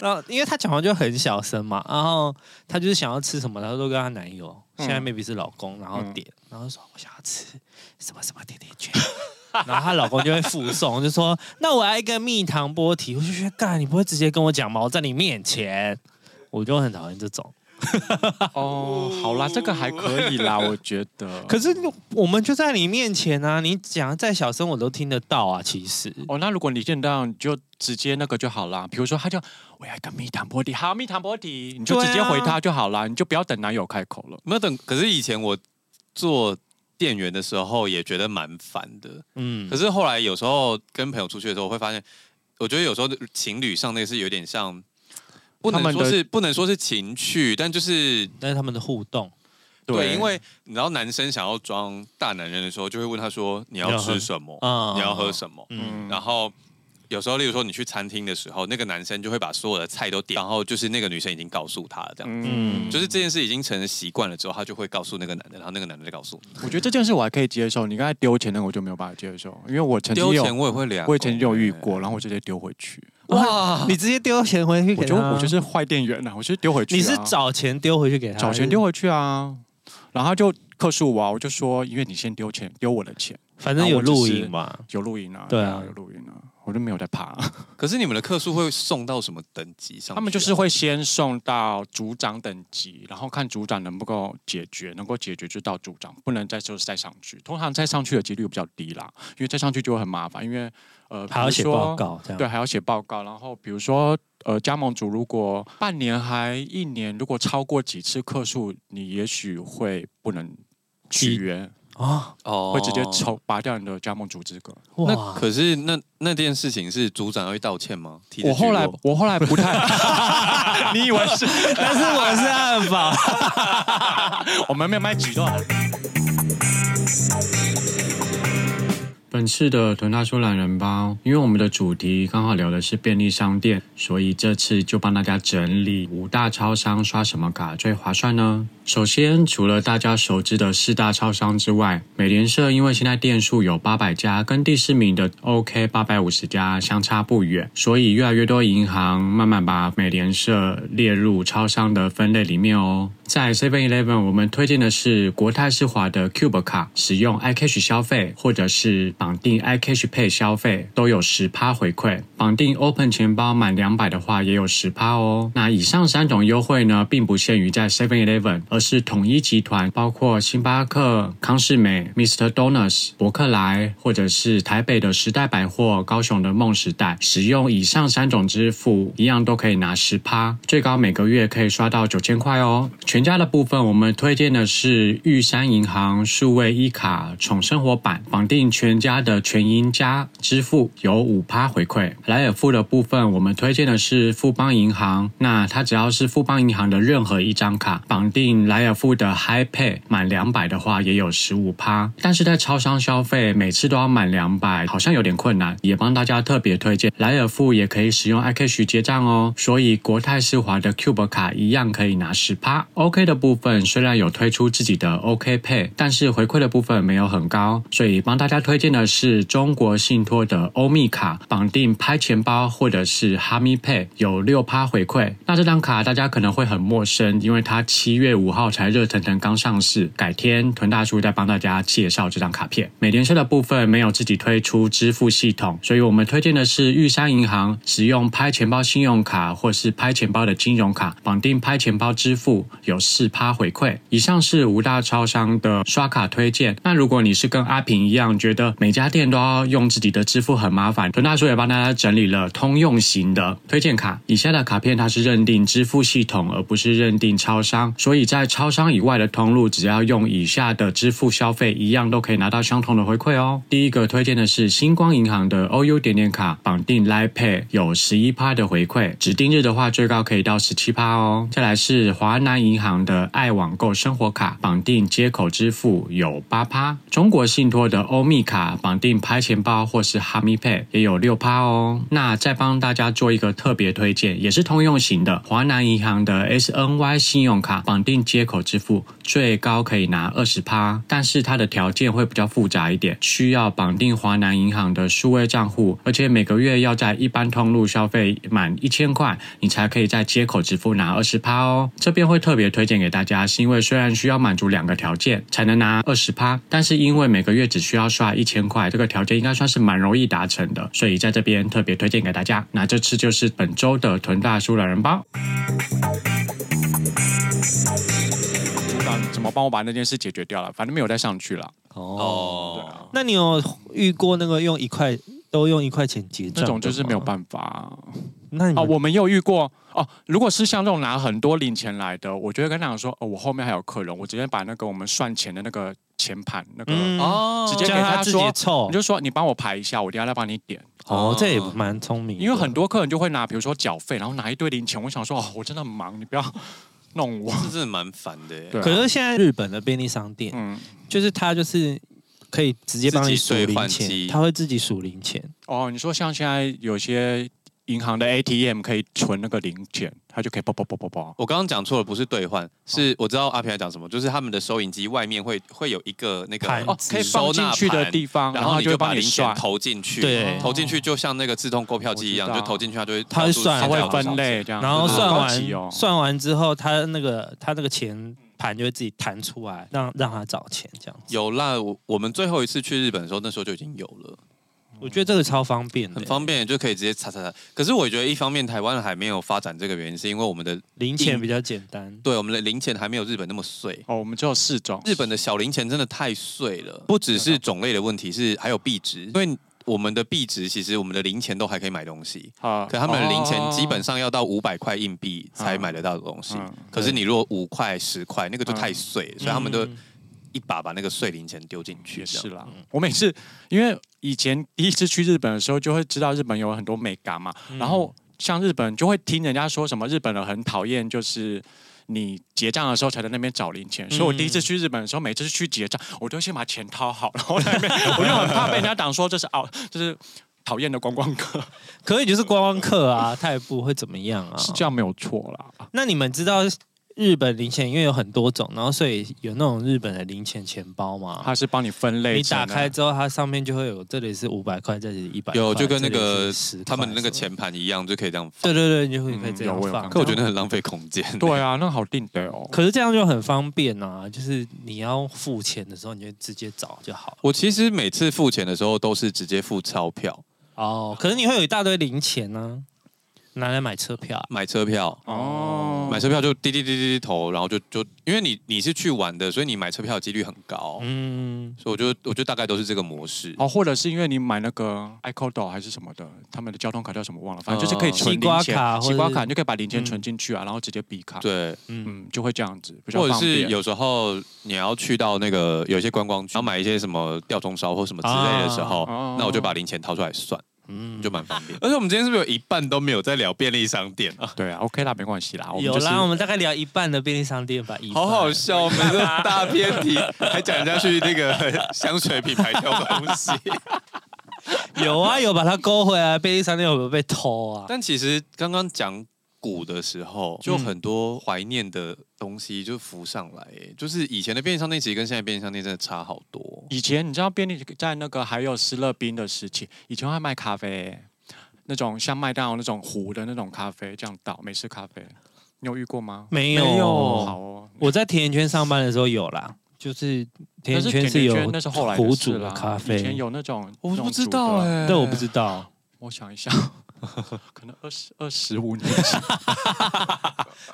A: 然后，因为她讲话就很小声嘛，然后她就是想要吃什么，她都跟她男友，现在
B: 嗯
A: maybe 是老公，然后
B: 嗯
A: 点，然后说我想要吃什么什么甜甜圈，然后她老公就会附送，就说那我要一个蜜糖波提，我就觉得干，你不会直接跟我讲吗？我在你面前，我就很讨厌这种。
B: 哦，好啦，这个还可以 啦，我觉得。
A: 可是我们就在你面前啊，你讲再小声我都听得到啊，其实。
B: 哦，那如果你见到，你就直接那个就好啦。比如说，他就我要一个蜜糖波底，好，蜜糖波底，你就
A: 对啊
B: 直接回他就好啦，你就不要等男友开口了。
C: 没有等，可是以前我做店员的时候也觉得蛮烦的，
A: 嗯
C: 可，是后来有时候跟朋友出去的时候，我会发现，我觉得有时候情侣上那个是有点像，不
B: 他
C: 能
B: 们的
C: 说是不能说是情趣，但就是
A: 那是他们的互动，
C: 对，因为你知道男生想要装大男人的时候，就会问他说你要
A: 要喝
C: 吃什么，
A: 啊
C: 你要喝什么，
A: 嗯
C: 然后。有时候，例如说你去餐厅的时候，那个男生就会把所有的菜都点，然后就是那个女生已经告诉他了，这样，
A: 嗯
C: 就是这件事已经成了习惯了之后，他就会告诉那个男的，然后那个男的再告诉你。
B: 我觉得这件事我还可以接受，你刚才丢钱那个我就没有办法接受，因为我曾经
C: 丢
B: 有
C: 钱，我也会聊，
B: 我以前就有遇过，然后我直接丢回去。
C: 哇，
A: 你直接丢钱回去
B: 我
A: 给
B: 就
A: 他，
B: 我就是坏店员呐、我就是丢回去、啊。
A: 你是找钱丢回去给他，
B: 找钱丢，回去啊？然后他就克诉我、啊，我就说因为你先丢钱，丢我的钱，
A: 反正有录影嘛。
B: 有录音啊，
A: 对啊
B: 有录音啊，我就没有在怕、
C: 可是你们的客数会送到什么等级上去啊？
B: 他们就是会先送到组长等级，然后看组长能不能够解决，能够解决就到组长，不能再就是再上去。通常再上去的几率比较低啦，因为再上去就会很麻烦，因为呃，
A: 还要写
B: 比如说
A: 报，告，这样
B: 对，还要写报告。然后比如说呃，加盟组如果半年还一年，如果超过几次客数，你也许会不能
A: 提
B: 续约，
A: 啊，
C: 哦
B: 会直接啊抽拔掉你的加盟组资格。
C: 那
A: 哦哇，
C: 可是那那件事情是组长要去道歉吗？提着
B: 我后来
C: 举落
B: 我后来不太， 你以为是？
A: 但是我是汉堡，
B: 我们没有卖举动。啊
D: 本次的屯大叔懒人包，因为我们的主题刚好聊的是便利商店，所以这次就帮大家整理五大超商刷什么卡最划算呢？首先，除了大家熟知的四大超商之外，美联社因为现在店数有八百家，跟第四名的 OK 八百五十家相差不远，所以越来越多银行慢慢把美联社列入超商的分类里面哦。在 Seven Eleven，我们推荐的是国泰世华的 Cube 卡，使用 iCash 消费或者是绑定 iCash Pay 消费都有十趴回馈，绑定 Open 钱包满两百的话也有十趴哦。那以上三种优惠呢，并不限于在 Seven Eleven，而是统一集团，包括星巴克、康士美、Mr. Donuts、博客来，或者是台北的时代百货、高雄的梦时代，使用以上三种支付，一样都可以拿十趴，最高每个月可以刷到九千块哦。全家的部分，我们推荐的是玉山银行数位一卡宠生活版，绑定全家的全银家支付有五趴回馈。莱尔富的部分，我们推荐的是富邦银行，那它只要是富邦银行的任何一张卡，绑定
B: 嗯，莱尔富的 High Pay 满两百的话也有十五趴，但是在超商消费每次都要满两百，好像有点困难。也帮大家特别推荐，莱尔富也可以使用 iCash 结账哦，所以国泰世华的 Cube 卡一样可以拿十趴。OK 的部分虽然有推出自己的 OK Pay，但是回馈的部分没有很高，所以帮大家推荐的是中国信托的欧密卡，绑定拍钱包或者是哈密 Pay 有六趴回馈。那这张卡大家可能会很陌生，因为它七月五号才热腾腾刚上市。改天屯大叔再帮大家介绍这张卡片。美联社的部分没有自己推出支付系统，所以我们推荐的是玉山银行使用拍钱包信用卡或是拍钱包的金融卡绑定拍钱包支付，有四趴回馈。以上是五大超商的刷卡推荐。那如果你是跟阿平一样，觉得每家店都要用自己的支付很麻烦，屯大叔也帮大家整理了通用型的推荐卡。以下的卡片它是认定支付系统，而不是认定超商，所以在超商以外的通路，只要用以下的支付消费，一样都可以拿到相同的回馈哦。第一个推荐的是星光银行的 OU 点点卡，绑定 Line Pay 有十一趴的回馈，指定日的话最高可以到十七趴哦。再来是华南银行的爱网购生活卡，绑定接口支付有八趴；中国信托的欧密卡，绑定拍钱包或是哈密 Pay 也有六趴哦。那再帮大家做一个特别推荐，也是通用型的华南银行的 SNY 信用卡，绑定接口支付，最高可以拿二十趴，但是它的条件会比较复杂一点，需要绑定华南银行的数位账户，而且每个月要在一般通路消费满一千块，你才可以在接口支付拿二十趴哦。这边会特别推荐给大家，是因为虽然需要满足两个条件才能拿二十趴，但是因为每个月只需要刷一千块，这个条件应该算是蛮容易达成的，所以在这边特别推荐给大家。那这次就是本周的屯大叔懒人包。
E: 不知道怎么帮我把那件事解决掉了，反正没有再上去了。
A: 哦，
C: 哦，
A: 那你有遇过那个用一块都用一块钱结账
E: 那
A: 的
E: 种就是没有
A: 吗嗯
E: 办法。
A: 那你
B: 啊
E: 哦，
A: 们
E: 我们也有遇过哦。如果是像这种拿很多零钱来的，我就会跟他讲说，哦，我后面还有客人，我直接把那个我们算钱的那个钱盘那个，
A: 嗯
B: 啊
A: 哦
C: 哦，
E: 直接
A: 叫
E: 给他
A: 他自己
E: 说
A: 凑
E: 你就说你帮我排一下，我等一下再帮你点。
A: 哦，这也蛮聪明的，
E: 因为很多客人就会拿，比如说缴费，然后拿一堆零钱，我想说，哦，我真的很忙，你不要弄我。
C: 这真的蛮烦的耶。欸
E: 对啊
A: 可是现在日本的便利商店，
E: 嗯，
A: 就是他就是可以直接帮你数
C: 自己兑
A: 零
C: 换机
A: 钱，他会自己数零钱。
E: 哦，你说像现在有些银行的 ATM 可以存那个零钱，它就可以啵啵啵啵啵。
C: 我刚刚讲错了，不是兑
E: 哦
C: 换，是我知道阿平在讲什么，就是他们的收银机外面会会有一个那个
A: 盘
E: 哦，可以放进去的地方，
C: 然
E: 然
C: 后
E: 后
C: 你
E: 就
C: 就
E: 会
C: 把
E: 帮你
C: 零
E: 刷哦
C: 钱，投进去，
A: 对
C: 投进去就像那个自动购票机一样，
E: 我知
C: 就
E: 道
C: 投进去，它就会
A: 它会
C: 跳出
A: 算
E: 它
C: 现在
E: 会
C: 有多少
E: 分类这样，
A: 然后
C: 对
A: 算
E: 好
A: 完、
E: 啊高级哦
A: 算完之后，他那个他那个钱盘就会自己弹出来，让让他找钱这样子。
C: 有啦，我我们最后一次去日本的时候，那时候就已经有了，
A: 我觉得这个超方便的，
C: 很方便，就可以直接擦擦擦。可是我觉得一方面台湾还没有发展这个原因，是因为我们的
A: 零钱比较简单。
C: 对我们的零钱还没有日本那么碎。
E: 哦，我们只有四种，
C: 日本的小零钱真的太碎了，不只是种类的问题，是还有币值，因为我们的币值其实我们的零钱都还可以买东西，
E: 啊
C: 可他们的零钱基本上要到五百块硬币才买得到的东西。
E: 嗯
C: 可是你如果五块、十块，那个就太碎，所以他们都
A: 嗯
C: 一把把那个碎零钱丢进去。
E: 也
C: 这
E: 是
C: 样嗯
E: 啦。我每次因为以前第一次去日本的时候，就会知道日本有很多美感嘛，
C: 嗯
E: 然后像日本就会听人家说什么日本人很讨厌就是。你结账的时候才在那边找零钱，所以我第一
C: 嗯
E: 次去日本的时候，每次去结账，我都先把钱掏好，然后在那边，我就很怕被人家讲说这是哦，这是讨厌的观光客，
A: 可是你就是观光客啊，他也不会怎么样啊。
E: 是这样没有错啦。
A: 那你们知道日本零钱因为有很多种，然后所以有那种日本的零钱钱包吗？
E: 他是帮你分类
A: 你
E: 成
A: 打
E: 啊，
A: 开之后，它上面就会有这里是五百块，这里是一百，
C: 有就跟那
A: 这
C: 个
A: 里是10块
C: 他们那
A: 什
C: 个
A: 么
C: 钱盘一样，就可以这样
A: 的，对
C: 放。
A: 对对，你就会
E: 嗯
A: 可以这
E: 有
A: 样
E: 我有
A: 放。
E: 看
C: 可我觉得很浪费空间。
E: 对，啊，那好定的哦。
A: 可是这样就很方便啊，就是你要付钱的时候，你就直接找就好了。
C: 我其实每次付钱的时候都是直接付钞票、
A: 哦，可是你会有一大堆零钱呢、拿来买车票啊。
C: 买车票。
E: 哦，
C: 买车票就滴滴滴滴滴投，然后就就因为你你是去玩的，所以你买车票的几率很高，
A: 嗯，
C: 所以我就我就大概都是这个模式。
E: 哦，或者是因为你买那个 iCodo 还是什么的，他们的交通卡叫什么忘了，反正就是可以
C: 嗯
E: 存零
A: 西瓜
E: 钱，
A: 哦卡
E: 西
A: 或
E: 瓜
A: 者
E: 卡你就可以把零钱
A: 嗯
E: 存进去啊，然后直接比卡，，
C: 对，
E: 嗯，就会这样子，比较
C: 或者
E: 方
C: 是
E: 便。
C: 有时候你要去到那个有一些观光区，然后买一些什么吊钟烧或什么之类的时候，
E: 哦
C: 那我就把零钱掏出来算。
A: 嗯，
C: 就蛮方便。啊而且我们今天是不是有一半都没有在聊便利商 店啊？
B: 对啊，OK 啦，没关系啦，我们
A: 有
B: 就是
A: 啦，我们大概聊一半的便利商店吧，一半
C: 好好笑，我们这大偏题，还讲人家去那个 香水品牌挑东西。
A: 有 啊，有把它勾回来，便利商店有没有被偷啊？
C: 但其实刚刚讲古的时候，就很多怀念的东西就浮上来、欸就是以前的便利商店其实跟现在便利商店真的差好多。
B: 以前你知道便利在那个还有斯乐冰的时期，以前还卖咖啡欸、那种像麦当劳那种壶的那种咖啡，这样倒美式咖啡，你有遇过吗？
A: 没有，
B: 好哦，
A: 我在甜甜圈上班的时候有啦，就是甜
B: 但是
A: 甜圈
B: 甜
A: 有
B: 甜圈那是后来
A: 苦煮
B: 的事
A: 的
B: 啦
A: 咖
B: 以前
A: 啡，
B: 有那种
C: 我不知
B: 那种
C: 道
B: 煮的
C: 哎、
A: 这我不知道。
B: 我想一下， 可能二十二十五年 前，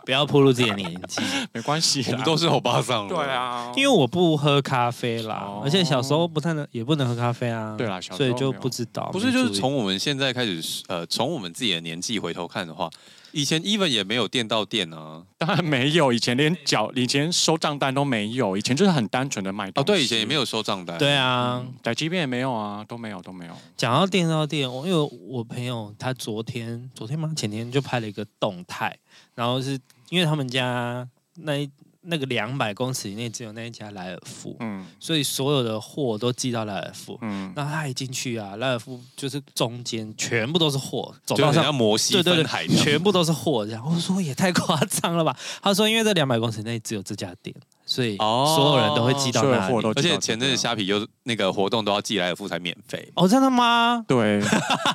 A: 不要暴露自己的年纪，
B: 没关 系啦，
C: 我们都是欧巴桑了。
B: 对，啊，
A: 因为我不喝咖啡啦，
B: 哦
A: 而且小时候不太能，也不能喝咖啡啊。
B: 对啦小时候
A: 所以就
B: 没有
A: 不知道。
C: 不是就是
A: 没注意
C: 从我们现在开始，呃，从我们自己的年纪回头看的话，以前 even 也没有店到店啊。
B: 当然没有，以前连缴，以前收账单都没有，以前就是很单纯的卖东
C: 哦，
B: 西。嗯
C: 对，以前也没
B: 有，
C: 有收账单。
A: 对啊，
B: 宅急便也没有啊，都没有都没有。
A: 讲到电到电，我因为我朋友他昨天昨天吗前天就拍了一个动态，然后是因为他们家那一那个两百公尺以内只有那一家莱尔富，
B: 嗯
A: 所以所有的货都寄到莱尔富。
B: 嗯，
A: 那他一进去啊，莱尔富就是中间全部都是货，走
C: 就
A: 道
C: 很
A: 上
C: 像摩西
A: 对对
C: 分海
A: 对，
C: 那样
A: 全部都是货这样。我说也太夸张了吧？他说因为这两百公尺内只有这家店，所以
C: 哦
A: 所有人都会寄到
B: 所有
A: 那
B: 货
A: 里。
B: 都
C: 而
B: 寄
C: 且
B: 到
C: 前
B: 这
C: 阵子
B: 边
C: 虾皮又那个活动都要寄来尔富才免费，
A: 哦，真的 吗？
B: 对，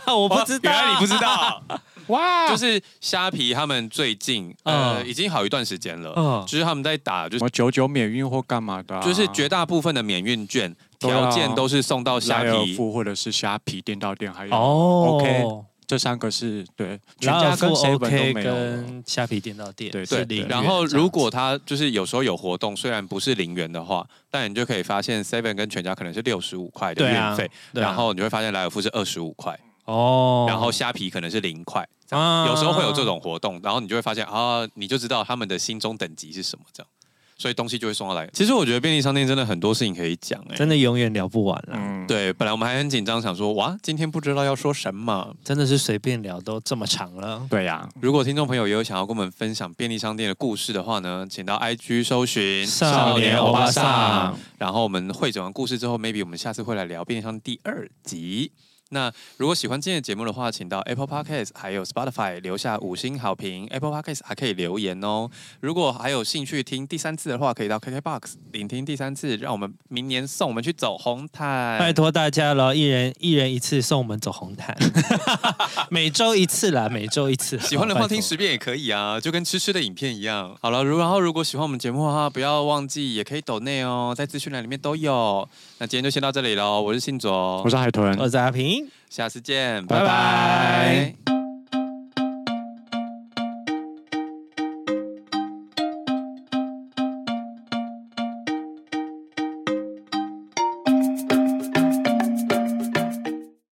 A: 我不知道，
C: 哦原来你不知道，
B: 哇，
C: 就
B: 就是
C: 是虾皮他们最近呃
A: 嗯
C: 已经好一段时间了，
A: 嗯
C: 就是他们在打，就
B: 什
C: 是
B: 么九九免运或干嘛的啊、
C: 就是绝大部分的免运券
B: 对啊
C: 条件都是送到虾
B: 莱尔
C: 皮，
B: 富或者是虾皮店到店，还有、
A: 哦
B: OK 这三个是对，全
A: 然
B: 家
A: 后哦
B: 跟
A: OK
B: seven 都没有了。
A: 跟虾皮店到店
B: 对
A: 是
B: 对
A: 零元
C: 然后
A: 这样
C: 如果他就是有时候有活动，虽然不是零元的话，但你就可以发现 Seven 跟全家可能是六十五块的
A: 对啊
C: 运费，
A: 对啊
C: 然后你会发现莱尔富是二十五块，
A: 哦，
C: 然后虾皮可能是零块，
A: 啊
C: 有时候会有这种活动，然后你就会发现啊，你就知道他们的心中等级是什么这样，所以东西就会送到来。其实我觉得便利商店真的很多事情可以讲哎、
A: 真的永远聊不完啦，
B: 嗯，
C: 对，本来我们还很紧张，想说哇，今天不知道要说什么。
A: 真的是随便聊都这么长
C: 嗯
A: 了。
B: 对呀、
C: 如果听众朋友也有想要跟我们分享便利商店的故事的话呢，请到 IG 搜寻
A: 少年欧巴桑，
C: 然后我们会整完故事之后，maybe 我们下次会来聊便利商店第二集。那如果喜欢今天的节目的话，请到 Apple Podcast 还有 Spotify 留下五星好评，Apple Podcast 还可以留言哦。如果还有兴趣听第三次的话，可以到 KKBox 聆听第三次，让我们明年送我们去走红毯。
A: 拜托大家了，一人一人一次送我们走红 毯，每周一次啦，每周一次。
C: 喜欢的话
A: 拜托
C: 听十遍也可以啊，就跟吃吃的影片一样。好了，如然后如果喜欢我们节目的话，不要忘记也可以抖内哦，在资讯栏里面都有。那今天就先到这里喽，我是信卓
B: 我，是海豚，
A: 我是阿平。
C: 下次见，
A: 拜
C: 拜
A: 拜
C: 拜